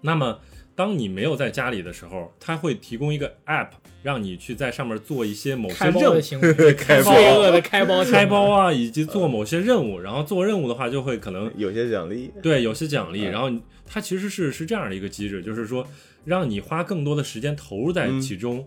S1: 那么当你没有在家里的时候，它会提供一个 App 让你去在上面做一些某些
S3: 开包
S1: 任务
S3: 的，行为，
S1: 开包
S3: 罪恶的 开包行为，
S1: 开包啊，以及做某些任务，然后做任务的话就会可能
S2: 有些奖励，
S1: 对，有些奖励。
S2: 嗯
S1: 然后你它其实是是这样的一个机制，就是说让你花更多的时间投入在
S2: 嗯
S1: 其中。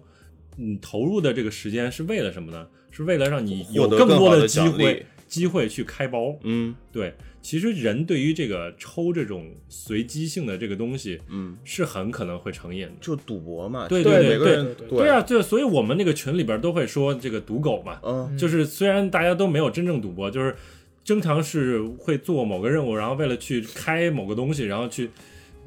S1: 你投入的这个时间是为了什么呢？是为了让你有
S2: 获得
S1: 更
S2: 更
S1: 多
S2: 好
S1: 的
S2: 的
S1: 机
S2: 奖
S1: 会
S2: 励，
S1: 机会去开包。
S2: 嗯
S1: 对，其实人对于这个抽这种随机性的这个东西
S2: 嗯，
S1: 是很可能会成瘾的。
S2: 就赌博嘛，
S1: 对
S3: 对
S2: 每个
S1: 对
S2: 人
S3: 对
S1: 对啊，对，所以我们那个群里边都会说这个赌狗嘛，
S2: 嗯，
S1: 就是虽然大家都没有真正赌博，就是经常是会做某个任务，然后为了去开某个东西，然后去，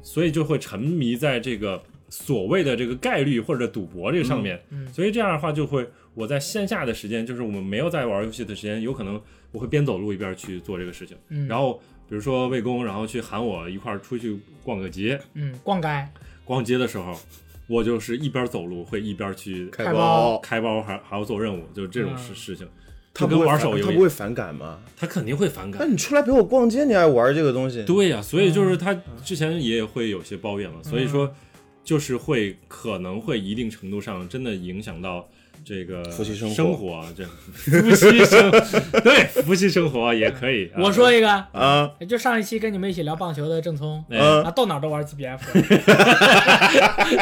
S1: 所以就会沉迷在这个所谓的这个概率或者赌博这个上面。
S3: 嗯嗯
S1: 所以这样的话，就会我在线下的时间，就是我们没有在玩游戏的时间，有可能我会边走路一边去做这个事情。
S3: 嗯
S1: 然后比如说魏工，然后去喊我一块儿出去逛个街，
S3: 嗯，逛街
S1: 逛街的时候，我就是一边走路会一边去。
S2: 开
S3: 开
S2: 包，
S1: 开包还还要做任务，就这种事
S3: 嗯
S1: 事情，
S2: 他
S1: 就
S2: 不
S1: 跟
S2: 会
S1: 玩
S2: 反
S1: 手游一
S2: 他不
S1: 样嗯
S2: 会，反感吗？
S1: 他肯定会反
S2: 那
S1: 感。
S2: 你出来陪我逛街，你还玩这个东西？
S3: 嗯
S1: 对呀、所以就是他之前也会有些抱怨嘛，所以说就是会可能会一定程度上真的影响到这个
S2: 夫妻生活
S1: 生活，啊 这夫妻生对夫妻生活也可以。啊
S3: 我说一个，
S2: 啊，
S3: 就上一期跟你们一起聊棒球的郑聪，
S1: 哎
S2: 嗯
S3: 啊，到哪儿都玩 GBF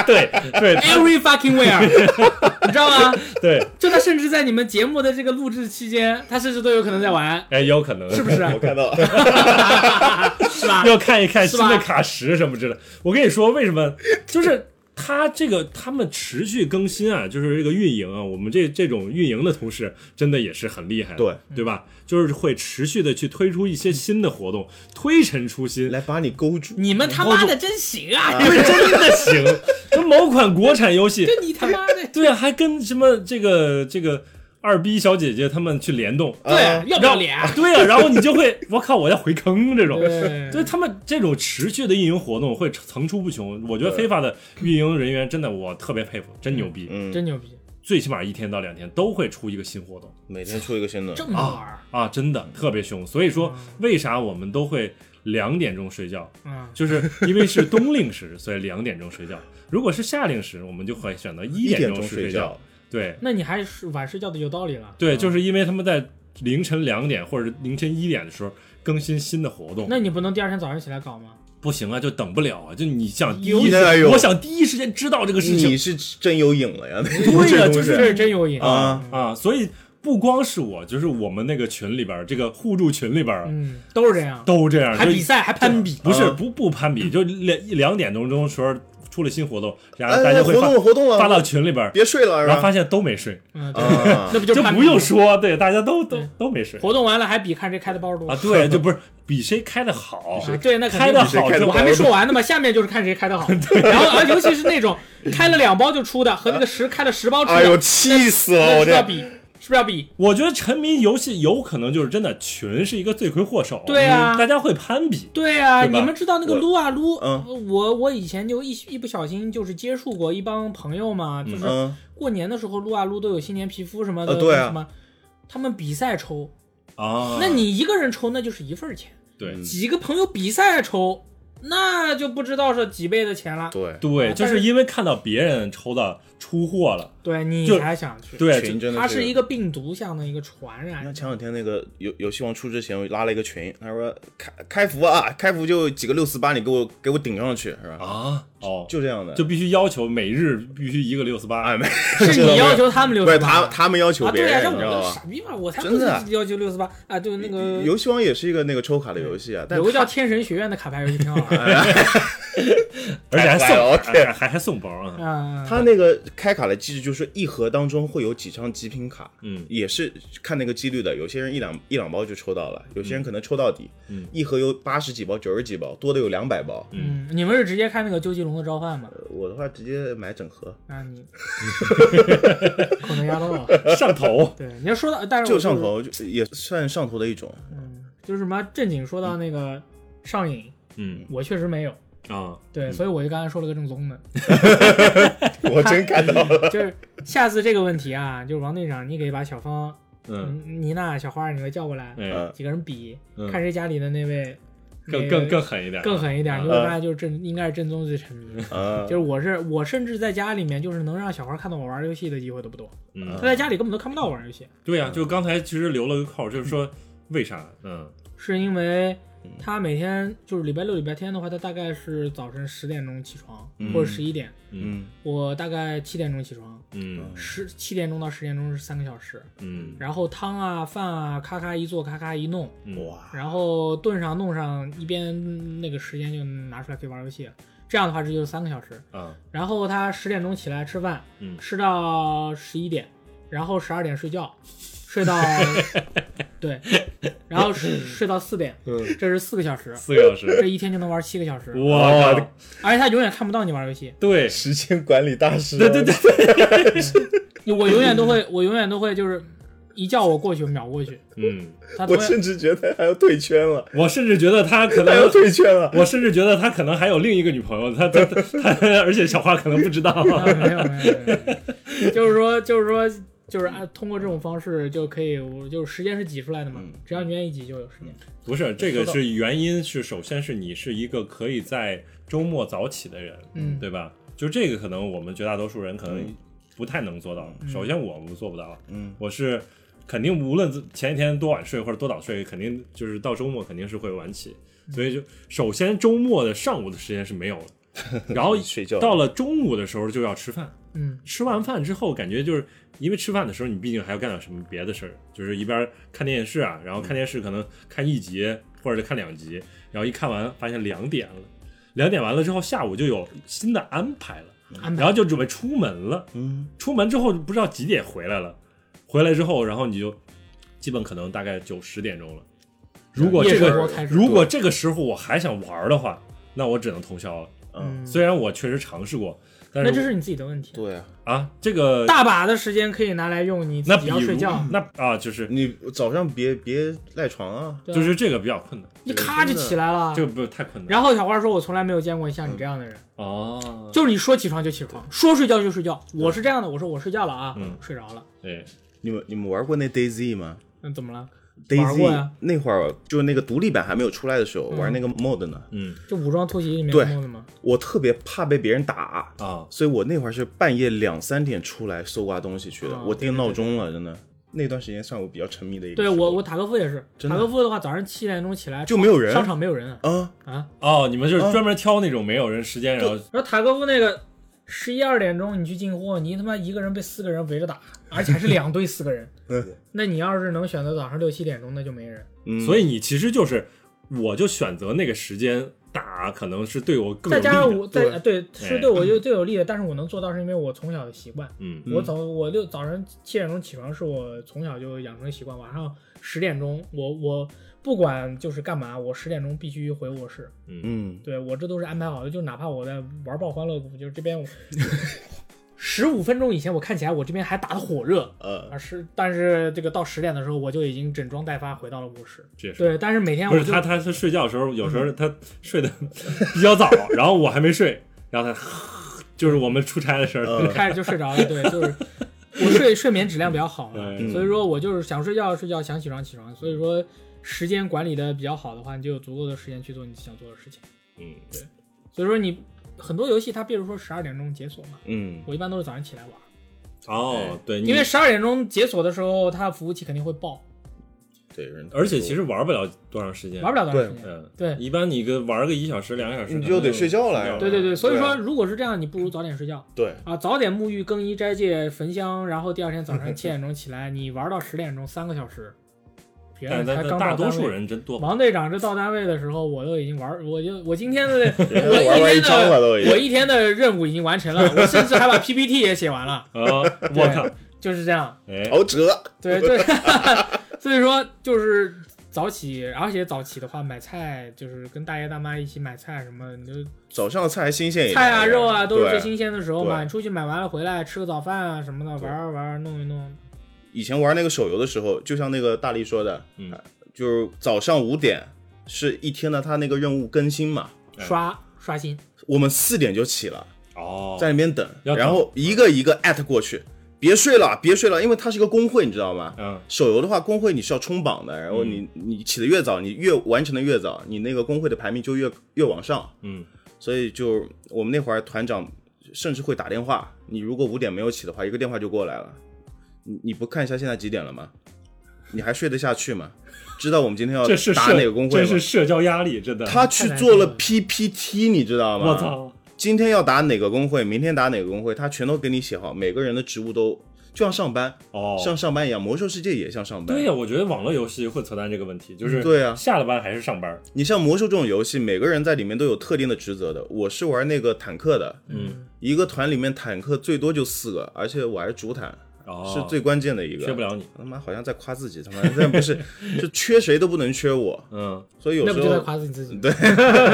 S1: 对对
S3: ，every fucking where，你 知道吗？
S1: 对，
S3: 就他甚至在你们节目的这个录制期间，他甚至都有可能在玩，
S1: 哎，有可能
S3: 是不 是？
S2: 我看到了。
S3: 是吧？
S1: 要看一看
S3: 是
S1: 新
S3: 吧
S1: 的卡池什么之类的。我跟你说，为什么？就是他这个他们持续更新啊，就是这个运营啊，我们这这种运营的同事真的也是很厉害的，
S2: 对
S1: 对吧？就是会持续的去推出一些新的活动，推陈出新，
S2: 来把你勾住。
S3: 你们他妈的真行啊！
S1: 不是真的行。就某款国产游戏，
S3: 就你他妈的，
S1: 对啊，还跟什么这个这个二逼小姐姐他们去联动，
S3: 对，要不要
S1: 让
S3: 脸？
S1: 对啊，然后你就会，我靠，我要回坑这种。
S2: 嗯
S3: 对
S1: 对他们这种持续的运营活动会层出不穷，我觉得非法的运营人员真的我特别佩服，真牛逼，
S2: 嗯，
S3: 真牛逼，
S1: 最起码一天到两天都会出一个新活动
S2: 每天出一个新的
S3: 这，么玩儿，
S1: 啊，真的特别凶。所以说，
S2: 嗯
S1: 为啥我们都会两点钟睡觉？
S3: 嗯，
S1: 就是因为是冬令时，所以两点钟睡 觉；如果是夏令时，我们就会选择一
S2: 嗯一
S1: 点
S2: 钟
S1: 睡
S2: 睡觉。。嗯
S1: 对
S3: 那你还是晚睡觉的有道理了。
S1: 对，
S3: 嗯
S1: 就是因为他们在凌晨两点或者是凌晨一点的时候更新新的活动，
S3: 那你不能第二天早上起来搞吗？
S1: 不行啊，就等不了啊！就你想第
S2: 有
S1: 一
S2: 哎呦，
S1: 我想第一时间知道这个事情
S2: 你是真有瘾了呀？
S1: 对呀
S2: 这东西
S1: 就是
S3: 这是真有瘾
S2: 啊！
S1: 啊，所以不光是我，就是我们那个群里边儿，这个互助群里边儿啊
S3: 嗯，都是这样，
S1: 都这样，
S3: 还
S1: 就
S3: 比赛还攀比，
S1: 不是
S2: 啊
S1: 不不攀比，就两一两点钟钟的时候出了新活动，啊然后大
S2: 哎，
S1: 家
S2: 活
S1: 会
S2: 动了
S1: 发
S2: 活动
S1: 发到
S2: 了，
S1: 群里边儿，
S2: 别啊睡了，
S1: 然后
S2: 是吧
S1: 发现都没睡，
S3: 嗯，对，
S2: 啊
S3: 那不就
S1: 就
S3: 攀比
S1: 不用说，对，大家都都
S3: 对
S1: 都没睡
S3: 活动完了还比看谁开的包多
S1: 啊，对，就不是比谁开的好，
S3: 啊对，那肯定
S1: 开的
S3: 比谁
S1: 好
S2: 开
S1: 就
S2: 得
S3: 我还 没说完呢嘛，下面就是看谁开的好。然后，啊，尤其是那种开了两包就出的，和 那个十开了十包出
S2: 哎呦，
S3: 的，
S2: 气死
S3: 那
S2: 了！
S3: 是
S2: 我
S3: 不是要
S2: 这
S3: 比？是不是要比？
S1: 我觉得沉迷游戏有可能就是真的群是一个罪魁祸首，
S3: 对啊
S1: 嗯大家会攀比，
S3: 对啊，
S1: 对吧
S3: 你们知道那个
S2: 我
S3: 撸啊撸，
S2: 嗯
S3: 我我以前就一一不小心就是接触过一帮朋友嘛，就是
S2: 嗯，
S3: 过年的时候撸啊撸都有新年皮肤什么的，
S2: 呃对啊
S3: 什么，他们比赛抽，
S1: 啊，
S3: 那你一个人抽那就是一份儿钱，
S1: 对
S3: 几个朋友比赛抽，那就不知道是几倍的钱了。
S2: 对，
S1: 对，
S3: 啊
S1: 就
S3: 但是
S1: 是因为看到别人抽到出货了，
S3: 对你
S1: 就
S3: 才想去，
S1: 对，
S2: 群
S1: 就
S2: 真的
S3: 它是一
S2: 个。
S3: 个病毒像的一个传
S2: 你看
S3: 染。
S2: 前两天那个游游戏王出之前，我拉了一个群，他说开开服啊，开服就几个六四八，你给我给我顶上去，是吧？
S1: 啊，哦，
S2: 就这样的，
S1: 就必须要求每日必须一个六四八
S2: 哎，没，
S3: 是你要求他们六
S2: 不
S3: 十
S2: 是
S3: 八
S2: 他，他们要求
S3: 啊，
S2: 别
S3: 对呀、
S2: 人，
S3: 让
S2: 你
S3: 我
S2: 知
S3: 这
S2: 道
S3: 傻
S2: 吧？
S3: 逼嘛，我才不
S2: 真
S3: 是
S2: 的啊
S3: 要求六十八啊，对那个
S2: 游戏王也是一个那个抽卡的游戏啊，但
S3: 有个叫天神学院的卡牌游戏挺好玩
S2: 哎
S3: 的，
S1: 而且还
S2: 太
S1: 送哎
S2: 烦了
S1: 还还还送包啊，
S3: 嗯，
S2: 它那个开卡的机制就是一盒当中会有几张极品卡，
S1: 嗯
S2: 也是看那个几率的。有些人一两一两包就抽到了，有些人可能抽到底，
S1: 嗯
S2: 一盒有八十几包、九十几包，多的有两百包。
S3: 嗯，你们是直接看那个究极龙的召唤吗？
S2: 呃我的话直接买整盒，
S3: 啊，你口能压到我。
S1: 上头
S3: 对，你要说到，但是
S2: 就
S3: 我
S2: 上
S3: 是，
S2: 头就也算上头的 一种。
S3: 嗯，就是什么正经说到那个上瘾，
S1: 嗯
S3: 我确实没有。
S1: 啊，
S3: 对，所以我就刚才说了个正宗的，
S2: 我真看到 了，
S3: 就是下次这个问题啊，就是王队长，你给把小芳、
S1: 嗯，
S3: 嗯妮娜、小花，你给叫过来，
S1: 哎，
S2: 嗯
S3: 几个人比，
S1: 嗯
S3: 看谁家里的那位
S1: 更
S3: 那个
S1: 更更狠一点，
S3: 更狠一点，
S1: 啊
S3: 你会发现就是正应该是正宗最沉
S1: 嗯
S3: 迷。
S2: 啊
S3: 就，是我是我，甚至在家里面就是能让小花看到我玩游戏的机会都不多，
S1: 嗯
S3: 她，在家里根本都看不到我玩游戏，
S1: 对呀，就刚才其实留了个扣，就是说为啥？嗯
S3: 是因为她每天就是礼拜六、礼拜天的话，她大概是早晨十点钟起床
S2: 嗯
S3: 或者十一点，
S1: 嗯
S2: 嗯
S3: 我大概七点钟起床，
S1: 嗯
S3: 十七点钟到十点钟是三个小时，
S1: 嗯
S3: 然后汤啊饭啊咔咔一做咔咔一弄，
S1: 嗯，
S2: 哇，
S3: 然后炖上弄上，一边那个时间就拿出来可以玩游戏。这样的话，这就是三个小时。
S1: 啊
S3: 然后他十点钟起来吃饭，
S1: 嗯
S3: 吃到十一点，然后十二点睡觉，睡到对，然后睡睡到四点，这是四个小时，
S1: 四个小 时，
S3: 这一天就能玩七个小时，
S1: 哇
S2: 哇，
S3: 而且他永远看不到你玩游戏，
S1: 对
S2: 时间管理大师啊，
S1: 对对对，
S3: 我永远都会，我永远都会就是一叫我过去秒过去，
S1: 嗯，
S3: 他
S2: 我
S3: 永远
S2: 甚至觉得还要退圈 了，
S1: 我甚至觉得他可
S2: 还要
S1: 能。
S2: 退圈了。
S1: 我甚至觉得他可能还有另一个女朋友，他他他， 他而且小花可能不知道。
S3: 啊没有没有，没有 就是说就是说。就是按通过这种方式就可以，我就是时间是挤出来的嘛，只要你愿意挤就有时间。
S1: 不是，这个是原因是，首先是你是一个可以在周末早起的人，
S3: 嗯
S1: 对吧？就这个可能我们绝大多数人可能不太能做到。首先我们做不到，
S2: 嗯，
S1: 我是肯定无论自前一天多晚睡或者多早睡，肯定就是到周末肯定是会晚起，所以就首先周末的上午的时间是没有了，然后
S2: 睡觉
S1: 到了中午的时候就要吃饭，
S3: 嗯，
S1: 吃完饭之后，感觉就是因为吃饭的时候，你毕竟还要干点什么别的事儿，就是一边看电视啊，然后
S3: 嗯
S1: 看电视可能看一集或者看两集，然后一看完发现两点了，两点完了之后，下午就有新的安排了，
S3: 嗯安
S1: 然
S3: 排
S1: 后就准备出门了。
S2: 嗯，
S1: 出门之后不知道几点回来了，回来之后，然后你就基本可能大概九十点钟了。如果这
S3: 夜生活
S1: 个
S3: 开始
S1: 如果这个时候我还想玩的话，那我只能通宵了。
S2: 嗯，
S1: 虽然我确实尝试过，但
S3: 那
S1: 是
S3: 这是你自己的问题，
S2: 对啊，
S1: 啊，这个
S3: 大把的时间可以拿来用你自
S1: 那
S3: 己
S1: 比
S3: 要
S1: 如
S3: 睡觉，
S1: 那啊，就是
S2: 你早上别别赖床啊，
S3: 对啊
S1: 就是这个比较困难，
S3: 你咔就起来了。
S1: 这个不太困难。
S3: 然后小花说：“我从来没有见过像你这样的人，
S1: 哦，
S3: 就是你说起床就起床，说睡觉就睡觉。我是这样的，我说我睡觉了啊，
S1: 嗯
S3: 睡着了，
S1: 对，
S2: 你们你们玩过那 DayZ 吗
S3: 那怎么了？玩过
S2: ？DayZ
S3: 呀
S2: 那会儿就是那个独立版还没有出来的时候，
S3: 嗯
S2: 玩那个 mod 呢，
S1: 嗯
S3: 就武装突袭里面
S2: 对
S3: 弄的吗？
S2: 我特别怕被别人打。
S1: 啊，
S2: 所以我那会儿是半夜两三点出来搜刮东西去的，
S3: 哦
S2: 我定闹钟了，真的。那段时间算我比较沉迷的一个
S3: 对
S2: 时候。
S3: 我我塔科夫也是，
S2: 真的
S3: 塔科夫的话早上七点钟起来
S2: 就没有人
S3: 商场没有人啊
S2: 啊，
S3: 啊。
S1: 哦，你们就是专门挑那种没有人时间，然后
S3: 然后塔科夫那个十一二点钟你去进货，你他妈一个人被四个人围 着打，而且还是两队四个人。
S2: 嗯
S3: 那你要是能选择早上六七点钟，那就没人。
S2: 嗯，
S1: 所以你其实就是，我就选择那个时间打，可能是对我更有
S3: 再
S1: 利
S3: 加上
S1: 的。
S3: 我在对
S1: 哎
S3: 是对我就最有利的，但是我能做到是因为我从小的习惯。
S1: 嗯
S3: 我早我六早上七点钟起床是我从小就养成的习惯，晚上十点钟我我不管就是干嘛，我十点钟必须回卧室。
S2: 嗯，
S3: 对我这都是安排好的，就哪怕我在玩爆欢乐谷，就是这 边我十五分钟以前我看起来我这边还打得火热。
S2: 呃，
S3: 啊是，但是这个到十点的时候，我就已经整装待发回到了卧室。
S1: 这也是。
S3: 对，但是每天
S1: 不
S3: 我
S1: 是
S3: 就嗯
S1: 他，他是睡觉的时候，有时候他睡得 比较早，然后我还没睡，然后他就是我们出差的时候，
S2: 呃
S3: 开始就睡着了，对，就是我睡睡眠质量比较好嘛，
S1: 嗯
S3: 所以说我就是想睡觉睡觉，想起床起床，所以说时间管理的比较好的话，你就有足够的时间去做你想做的事情。
S1: 嗯，
S3: 所以说你很多游戏它比如说十二点钟解锁嘛，
S2: 嗯，
S3: 我一般都是早上起来玩，
S1: 哦，对，你
S3: 因为十二点钟解锁的时候，它服务器肯定会爆，
S2: 对，人
S1: 而且其实玩不了多长时间，
S3: 玩不了多长时间。
S1: 嗯，
S3: 对
S1: 一般你个玩个一小时、两个小时，
S2: 你就得睡觉了呀
S3: 对对对，所以
S2: 对
S3: 说
S2: 啊
S3: 如果是这样，你不如早点睡觉
S2: 对，
S3: 啊，早点沐浴、更衣、斋戒、焚香，然后第二天早上七点钟起来，你玩到十点钟，三个小时。别
S1: 但
S3: 人才
S1: 但
S3: 哎
S1: 但
S3: 刚到
S1: 大多
S3: 单位
S1: 数人真多，
S3: 王队长这到单位的时候，我都已经玩儿，我就我今天的
S2: 人
S3: 我
S2: 家 玩完
S3: 一
S2: 一
S3: 天
S2: 张了
S3: 的
S2: 都已
S3: 我
S2: 经。
S3: 一天的任务已经完成了，我甚至还把 PPT 也写完了，
S1: 啊， 我靠，
S3: 就是这样。
S1: 哎，
S2: 陶喆，
S3: 对对， 所以说就是早起，而且早起的话，买菜就是跟大爷大妈一起买菜什么的，你就
S2: 早上的菜还新鲜一点。
S3: 菜啊肉啊都是最
S2: 对
S3: 新鲜的时候嘛。
S2: 对
S3: 你出去买完了回来吃个早饭啊什么的，玩儿玩儿弄一弄。
S2: 以前玩那个手游的时候，就像那个大力说的，呃
S1: 嗯，
S2: 就是早上五点是一天的他那个任务更新嘛，
S1: 哎
S3: 刷刷新，
S2: 我们四点就起了，
S1: 哦，
S2: 在那边等，
S1: 要等
S2: 然后一个一个艾特过去，别睡了，别睡了，因为它是一个工会，你知道吗？
S1: 嗯，
S2: 手游的话，工会你是要冲榜的，然后你、你起的越早，你越完成的越早，你那个工会的排名就越越往上。
S1: 嗯，
S2: 所以就我们那会儿团长甚至会打电话，你如果五点没有起的话，一个电话就过来了。你你不看一下现在几点了吗？你还睡得下去吗？知道我们今
S3: 呃
S2: 天要
S1: 这是
S2: 打
S1: 社
S2: 哪个工会
S1: 这是
S2: 吗？
S1: 社交压力，真的，
S2: 他去做了 PPT，你知道吗？
S1: 我！
S3: 哦
S1: 操，
S2: 今天要打哪个工会，明天打哪个工会，他全都给你写好，每个人的职务都就像上班，
S1: 哦，
S2: 像上班一样。魔兽世界也像上班。
S1: 对呀，我觉得网络游戏会存在这个问题，就是
S2: 对啊
S1: 下了班还是上班，
S2: 你像魔兽这种游戏，每个人在里面都有特定的职责的。我是玩那个坦克的，
S1: 嗯，
S2: 一个团里面坦克最多就四个，而且我还是主坦，
S1: 哦，
S2: 是最关键的一个。
S1: 缺不了你，
S2: 他妈好像在夸自己，他妈但不 是，就缺谁都不能缺我，
S1: 嗯，
S2: 所以有
S3: 那
S2: 时
S3: 不就在
S2: 候
S3: 夸自己自己？对，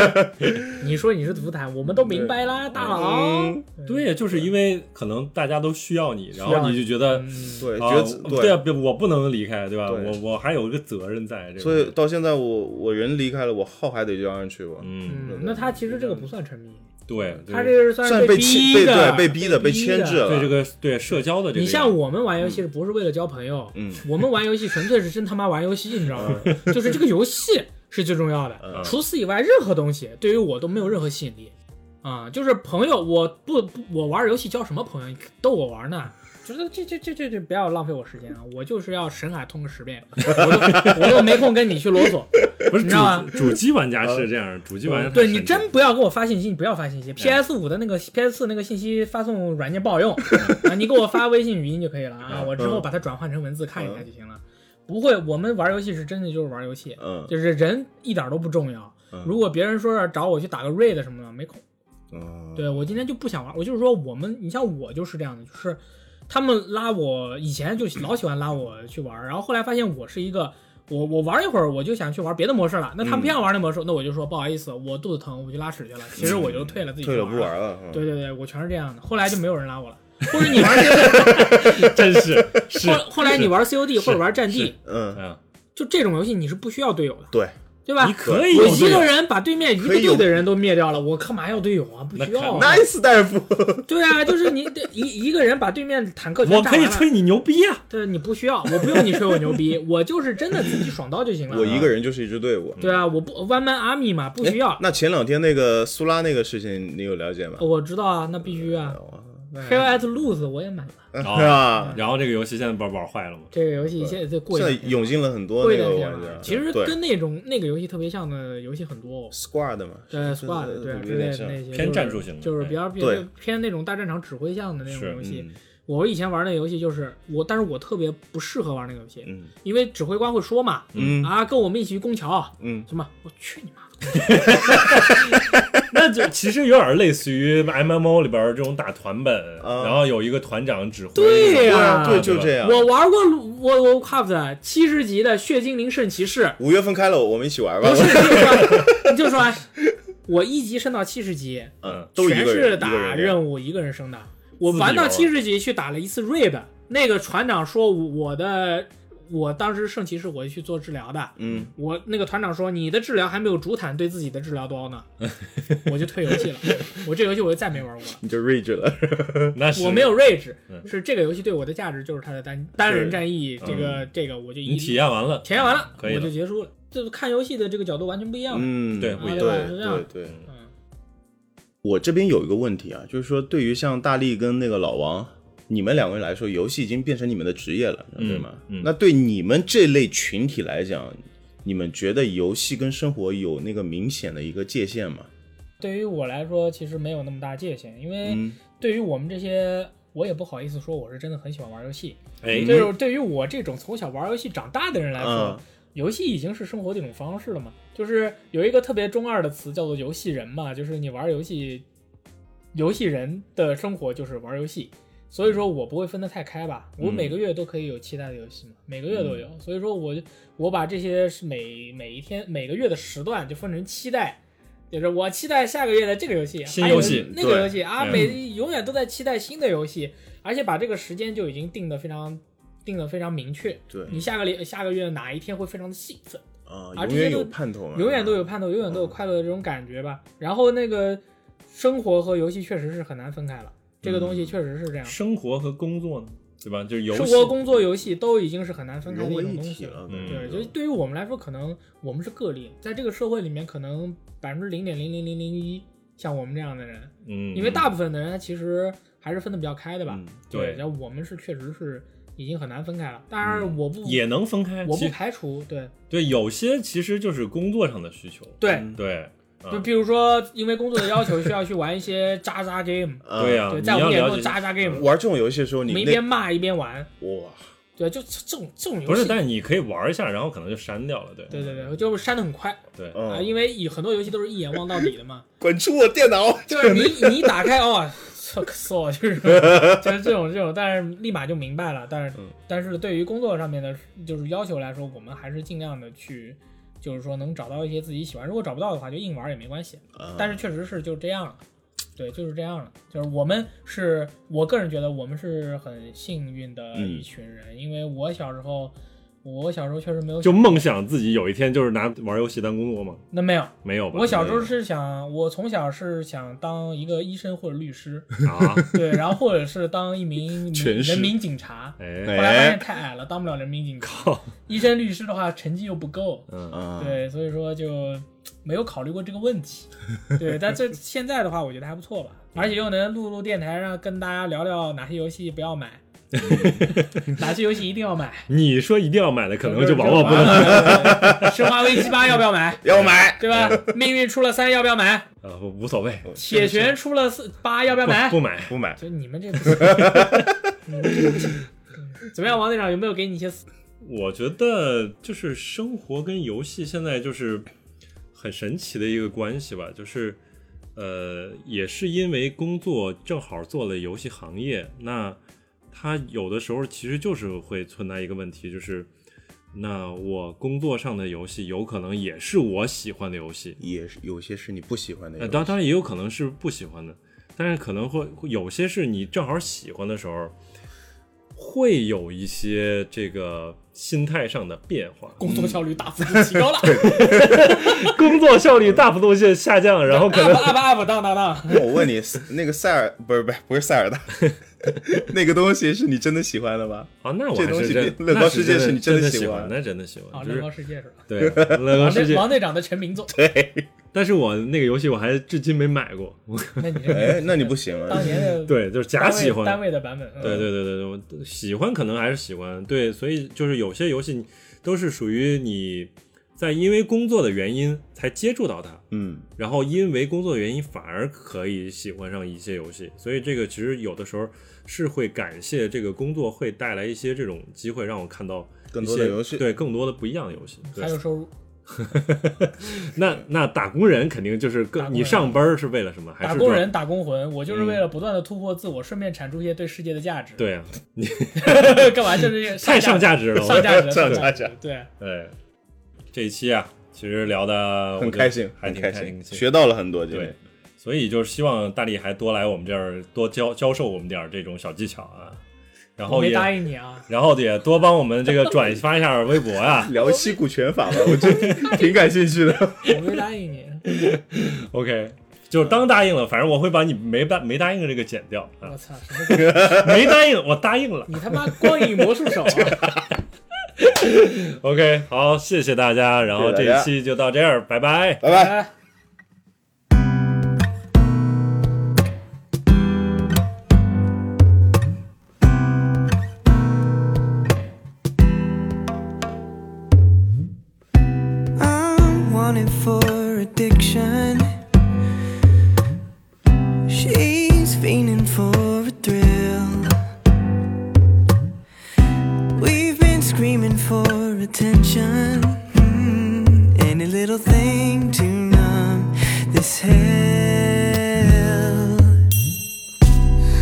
S3: 你说你是独坦，我们都明白啦，大
S2: 嗯
S3: 佬。
S1: 对呀，就是因为可能大家都需要你，然
S3: 需要
S1: 后
S3: 你
S1: 你就觉得。
S3: 嗯
S2: 对，
S1: 啊
S2: 觉得
S1: 对啊，别我不能离开，对吧？
S2: 对
S1: 我我还有一个责任在这个，
S2: 所以到现在我我人离开了，我号还得让人去吧，
S1: 嗯，
S3: 嗯，那他其实这个不算沉迷，
S1: 对，对
S3: 他这个是算
S2: 算
S3: 是
S2: 被
S3: 逼
S2: 牵被
S3: 的，
S2: 对被逼的被
S3: 逼
S2: 牵制了，
S1: 对这个对社交的这个，嗯
S3: 你像我们玩游戏是不是为了交朋友？
S2: 嗯，
S3: 我们玩游戏纯粹是真他妈玩游戏，你知道吗？
S1: 嗯
S3: 就是这个游戏是最重要的，
S2: 嗯
S3: 除此以外任何东西对于我都没有任何吸引力。啊、就是朋友，我不不我玩游戏交什么朋友？你逗我玩呢？就是这这这这这不要浪费我时间啊！我就是要神海通个十遍，我都我都没空跟你去啰嗦。
S1: 不是
S3: 你知道吗
S1: 主主机玩家是这
S2: 嗯
S1: 样，主机玩家
S3: 对
S1: 他
S3: 你
S1: 是
S3: 真不要给我发信息，你不要发信息。PS 五的那个 PS 四那个信息发送软件不 好用啊，你给我发微信语音就可以了啊，
S2: 嗯
S3: 我之后把它转换成文字看一下就行了。不会，我们玩游戏是真的就是玩游戏，
S2: 嗯，
S3: 就是人一点都不重要。
S2: 嗯
S3: 如果别人说要找我去打个 raid 什么的，没空。
S2: 嗯
S3: 对我今天就不想玩，我就是说我们，你像我就是这样的，就是他们拉我以前就老喜欢拉我去玩，然后后来发现我是一个。我我玩一会儿，我就想去玩别的模式了。那他们
S1: 嗯
S3: 不想玩那模式，那我就说不好意思，我肚子疼，我去拉屎去了。其实我就退了，自己去
S2: 退了不
S3: 玩
S2: 玩了，嗯
S3: 对对对，我全是这样的。后来就没有人拉我了。或者你玩 COD，
S1: 真是是
S3: 后后来你玩 COD 或者玩战
S1: 是
S3: 地，
S2: 嗯，
S1: 嗯，
S3: 就这种游戏你是不需要队友的，
S2: 对，
S3: 对吧
S1: 你？可以
S3: 我
S1: 有
S3: 一
S1: 队友
S3: 个人把对面一个
S2: 可以有
S3: 队的人都灭掉了，我干嘛要队友啊？不
S1: 那
S3: 需要
S1: 肯
S3: 啊。
S2: nice 大夫，
S3: 对啊，就是你得一一个人把对面坦克全
S1: 我
S3: 炸
S1: 可
S3: 完
S1: 以
S3: 了，
S1: 吹你牛逼啊！
S3: 对，你不需要，我不用你吹我牛逼，我就是真的自己爽刀就行
S2: 我
S3: 了。啊
S2: 一个人就是一支队伍。
S3: 嗯
S2: 哎
S3: 对啊，我不 one man army 嘛，不需要。
S2: 那前两天那个苏拉那个事情，你有了解吗？
S3: 我知道啊，那必须啊。Hell
S2: 呃
S3: at Loose 我也买了，
S2: 是吧？
S1: 啊然后这个游戏现在不是玩坏了吗？
S3: 这个游戏现在就过
S2: 现
S3: 一
S2: 在
S3: 段时间
S2: 涌进了很多
S3: 过一
S2: 那
S3: 段
S2: 个
S3: 时间
S2: 玩
S3: 吧
S2: 家，
S3: 其实
S2: 对
S3: 跟那种那个游戏特别像的游戏很多哦。
S2: squad 嘛，
S3: 呃，squad
S2: 对
S3: 对啊
S2: 有
S3: 之类
S2: 点
S3: 的
S2: 像
S3: 那些
S1: 偏
S3: 就是
S1: 战术型的哎
S3: 就是比较
S2: 对
S3: 偏偏那种大战场指挥项的那种
S1: 是
S3: 游戏。
S2: 嗯
S3: 我以前玩那游戏就是我，但是我特别不适合玩那个游戏，
S2: 嗯
S3: 因为指挥官会说嘛，
S2: 嗯
S3: 啊，跟我们一起去攻桥，
S2: 嗯，
S3: 什么？我去你妈！
S1: 那就其实有点类似于 MMO 里边这种打团本，
S2: 啊
S1: 然后有一个团长指挥。
S3: 对呀
S1: 啊
S2: 哎对，
S1: 吧
S2: 就这样。
S3: 我玩过我 Warcraft 七十级的血精灵圣 骑士，
S2: 五月份开了，我们一起玩吧
S3: 不。是你就说，你就说，哎我一级升到七十级，
S2: 嗯，都是一
S3: 全
S2: 个人
S3: 是
S2: 一
S3: 打
S2: 个人练
S3: 任务一个人升的。我
S1: 自己
S3: 玩到
S1: 玩
S3: 七十级去打了一次 raid，那个船长说我的，我当时圣骑士我去做治疗的，
S2: 嗯，
S3: 我那个团长说你的治疗还没有主坦对自己的治疗多 呢，我就退游戏了，我这游戏我就再没玩过了。
S2: 你就 rage 了。
S1: 那是
S3: 我没有 rage，
S1: 嗯
S3: 是这个游戏对我的价值就是它的单单人战役，这个这个我就
S1: 嗯
S3: 一
S1: 你体验完了，
S3: 体验完了，
S1: 可以
S3: 我
S1: 了
S3: 就结束了。这个看游戏的这个角度完全不一 样了。
S2: 嗯，
S1: 对
S2: 对
S1: 不
S3: 一样
S2: 对对。
S3: 嗯
S2: 我这边有一个问题啊，就是说对于像大力跟那个老王。你们两位来说，游戏已经变成你们的职业了，对吗？
S1: 嗯
S2: 那对你们这类群体来讲，你们觉得游戏跟生活有那个明显的一个界限吗？
S3: 对于我来说，其实没有那么大界限，因为
S2: 嗯
S3: 对于我们这些，我也不好意思说我是真的很喜欢玩游戏。
S1: 哎，
S3: 就是嗯对于我这种从小玩游戏长大的人来说
S2: 嗯，
S3: 游戏已经是生活的一种方式了嘛。就是有一个特别中二的词叫做“游戏人”嘛，就是你玩游戏，游戏人的生活就是玩游戏。所以说我不会分得太开吧，我
S2: 嗯
S3: 每个月都可以有期待的游戏嘛，每个月都有。
S1: 嗯
S3: 所以说我就我把这些是每每一天每个月的时段就分成期待。就是我期待下个月的这个游戏，
S1: 新
S3: 还有
S1: 游戏
S3: 那个
S2: 对
S3: 游戏啊，
S1: 嗯
S3: 每永远都在期待新的游戏，而且把这个时间就已经定得非常定得非常明确。
S2: 对
S3: 你下个礼下个月哪一天会非常的兴奋，
S2: 啊，
S3: 啊
S2: 永
S3: 这些
S2: 远
S3: 都
S2: 有盼头嘛，嗯
S3: 永远都
S1: 嗯
S3: 有盼头，永远都有快乐的这种感觉吧。然后那个生活和游戏确实是很难分开了，这个东西确实是这样。
S1: 生活和工作呢，对吧？嗯就是游戏
S3: 啊生活、工作、游戏都已经是很难分开的
S2: 融
S3: 一
S2: 为
S3: 种
S2: 一
S3: 东
S2: 体
S3: 西
S2: 了。
S1: 嗯
S3: 对，就是对于我们来说，可能我们是个例，在这个社会里面，可能百分之零点零零零零一像我们这样的人，
S1: 嗯，
S3: 因为大部分的人他其实还是分的比较开的吧。
S2: 嗯
S1: 对嗯
S3: 然后我们是确实是已经很难分开了。当然，我不、
S1: 也能分开。
S3: 我
S1: 其
S3: 不排除对。
S1: 对，有些其实就是工作上的需求。
S3: 对，
S2: 嗯
S1: 对，啊
S3: 就比如说因为工作的要求需要去玩一些渣渣 game，
S2: 啊
S1: 对呀
S3: 对，
S1: 呃你
S3: 在
S1: 要
S3: 五点
S1: 了
S3: 钟
S1: 解
S3: 渣渣 game，
S2: 玩这种游戏的时候，
S3: 我
S2: 你
S3: 们一
S2: 那
S3: 边骂一边玩，
S2: 哇，
S3: 对，就这种这种游戏
S1: 不是，但你可以玩一下，然后可能就删掉了。对，
S3: 对对对，就是删的很快
S1: 对，
S3: 啊，
S2: 嗯，
S3: 因为有很多游戏都是一眼望到底的 嘛，
S2: 滚出我电脑！
S3: 就是你你打开哦，操，可死 我，就是就是这种这种，但是立马就明白了，但是
S1: 嗯
S3: 但是对于工作上面的就是要求来说，我们还是尽量的去。就是说能找到一些自己喜欢，如果找不到的话就硬玩也没关系。
S2: 啊嗯
S3: 但是确实是就这样了，对，就是这样了。就是我们是我个人觉得我们是很幸运的一群人，因为我小时候我小时候确实没有，
S1: 就梦想自己有一天就是拿玩游戏当工作吗？
S3: 那没有。
S1: 没有吧？
S3: 我小时候是想，我从小是想当一个医生或者律师，
S1: 啊，
S3: 对，然后或者是当一名
S2: 全是
S3: 人民警察。后
S1: 哎，
S3: 来发现太矮了，当不了人民警察。
S1: 靠，
S3: 医生、律师的话，成绩又不够，
S1: 嗯，
S2: 嗯，
S3: 对，所以说就没有考虑过这个问题。对，但这现在的话，我觉得还不错吧，而且又能录录电台，让跟大家聊聊哪些游戏不要买，哪些游戏一定要买。
S1: 你说一定要买的，可能就往往不
S3: 哎
S1: 能。
S3: 能。生化危机八要不要买？
S2: 要买，
S3: 对吧？命运出了三要不要买？
S1: 啊，我无所谓，
S3: 铁拳出了四八要不要买？
S1: 不买，
S2: 不买，
S3: 就你们这不行，你们这不行怎么样？王队长有没有给你一些思？，
S1: 我觉得就是生活跟游戏现在就是很神奇的一个关系吧，就是呃，也是因为工作正好做了游戏行业，那它有的时候其实就是会存在一个问题，就是那我工作上的游戏有可能也是我喜欢的游戏，
S2: 也是有些是你不喜欢的游
S1: 呃，
S2: 戏，
S1: 当当然也有可能是不喜欢的，但是可能会会有些是你正好喜欢的时候，会有一些这个心态上的变化
S3: 工作效率大幅度提高了
S1: 工作效率大幅度下下降，然后可
S3: ，up
S1: 能
S3: up up，当当当，
S2: 那我问你， 那个塞尔不是不是不是塞尔达， 那个东西是你真的喜欢的吗？
S1: 啊，那我
S2: 这
S1: 还
S2: 东
S1: 是
S2: 西
S1: 真
S2: 比乐高
S1: 那
S2: 世界
S1: 真
S2: 是
S1: 的
S2: 你真
S1: 真
S2: 的喜
S1: 喜
S2: 欢
S1: 那真的喜
S3: 啊，
S1: 欢，就
S3: 乐高
S1: 是
S3: 世界是吧？
S1: 对乐高
S3: 王
S1: 世
S3: 队
S1: 界。啊
S3: 王队长的成名作，
S1: 但是我那个游戏我还至今没买过，
S3: 那你这
S2: 哎，那你不行
S3: 当
S2: 啊！
S3: 年的
S1: 对，就是假
S3: 单位
S1: 喜欢，
S3: 单位的版本，嗯
S1: 对，对对对对我，喜欢可能还是喜欢，对，所以就是有些游戏你都是属于你在因为工作的原因才接触到它，
S2: 嗯，
S1: 然后因为工作的原因反而可以喜欢上一些游戏，所以这个其实有的时候是会感谢这个工作会带来一些这种机会，让我看到
S2: 更
S1: 一
S2: 多的
S1: 些
S2: 游戏
S1: 对更多的不一样的游戏。对
S3: 还有收入，
S1: 那那打工人肯定就是
S3: 打
S1: 更
S3: 工
S1: 你
S3: 人
S1: 上班是为了什么？还是
S3: 打
S1: 说
S3: 工人打工魂，我就是为了不断的突破自我，顺便产出一些对世界的价值。，
S1: 对啊，
S3: 干嘛就是
S1: 太上
S3: 价
S1: 价值了，
S3: 上
S1: 我
S3: 价值了，
S2: 上
S3: 价
S2: 价值
S3: 对，
S1: 对，这一期啊，其实聊的
S2: 很开心，
S1: 还
S2: 很
S1: 挺
S2: 开
S1: 心
S2: 心，。学到了很多。今
S1: 对
S2: 天，
S1: 所以就是希望大力还多来我们这儿多教教授我们点儿这种小技巧啊，然
S3: 我
S1: 后
S3: 没
S1: 也
S3: 答应你啊，
S1: 然后也多帮我们这个转 发一下微博啊呀、
S2: 聊七股权法吧，我真挺感兴趣的。
S3: 我没答应你，
S1: OK，就是当答应了，反正我会把你没答没答应的这个剪掉啊
S3: 我，操，什么鬼？
S1: 没答应我答应了。
S3: 你他妈光影魔术手啊！
S1: OK，好，谢谢大家，然后这
S2: 谢谢大家
S1: 一期就到这儿，拜拜。
S2: 拜拜。
S3: 哎
S4: I'm wanted for addiction. She's fiending for a thrill. We've been screaming for attention. Mm, Any little thing to numb this hell.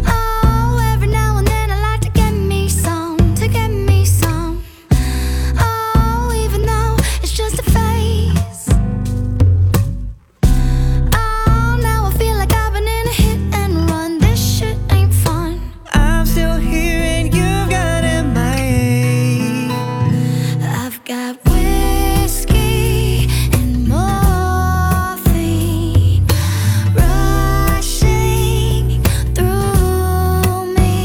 S5: Oh, every now and then I like to get me some, to get me some. Oh, even though it's just a face. Oh, now I feel like I've been in a hit and run. This shit ain't fun.
S4: I'm still here and you've got MIA.
S5: I've got whiskey and morphine rushing through me.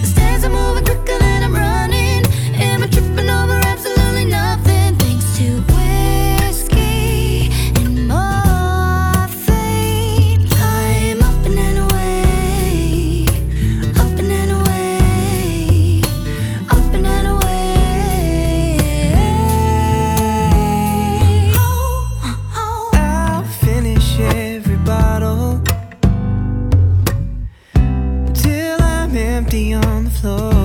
S5: The stairs are moving quicker than I'm running. Am I tripping over absolutely nothing? Thanks to whiskey and morphine, I'm up and away, up and away. Up and and away. Oh, oh.
S4: I'll finish every bottle till I'm empty on the floor. Mm-hmm.
S5: Oh, Oh,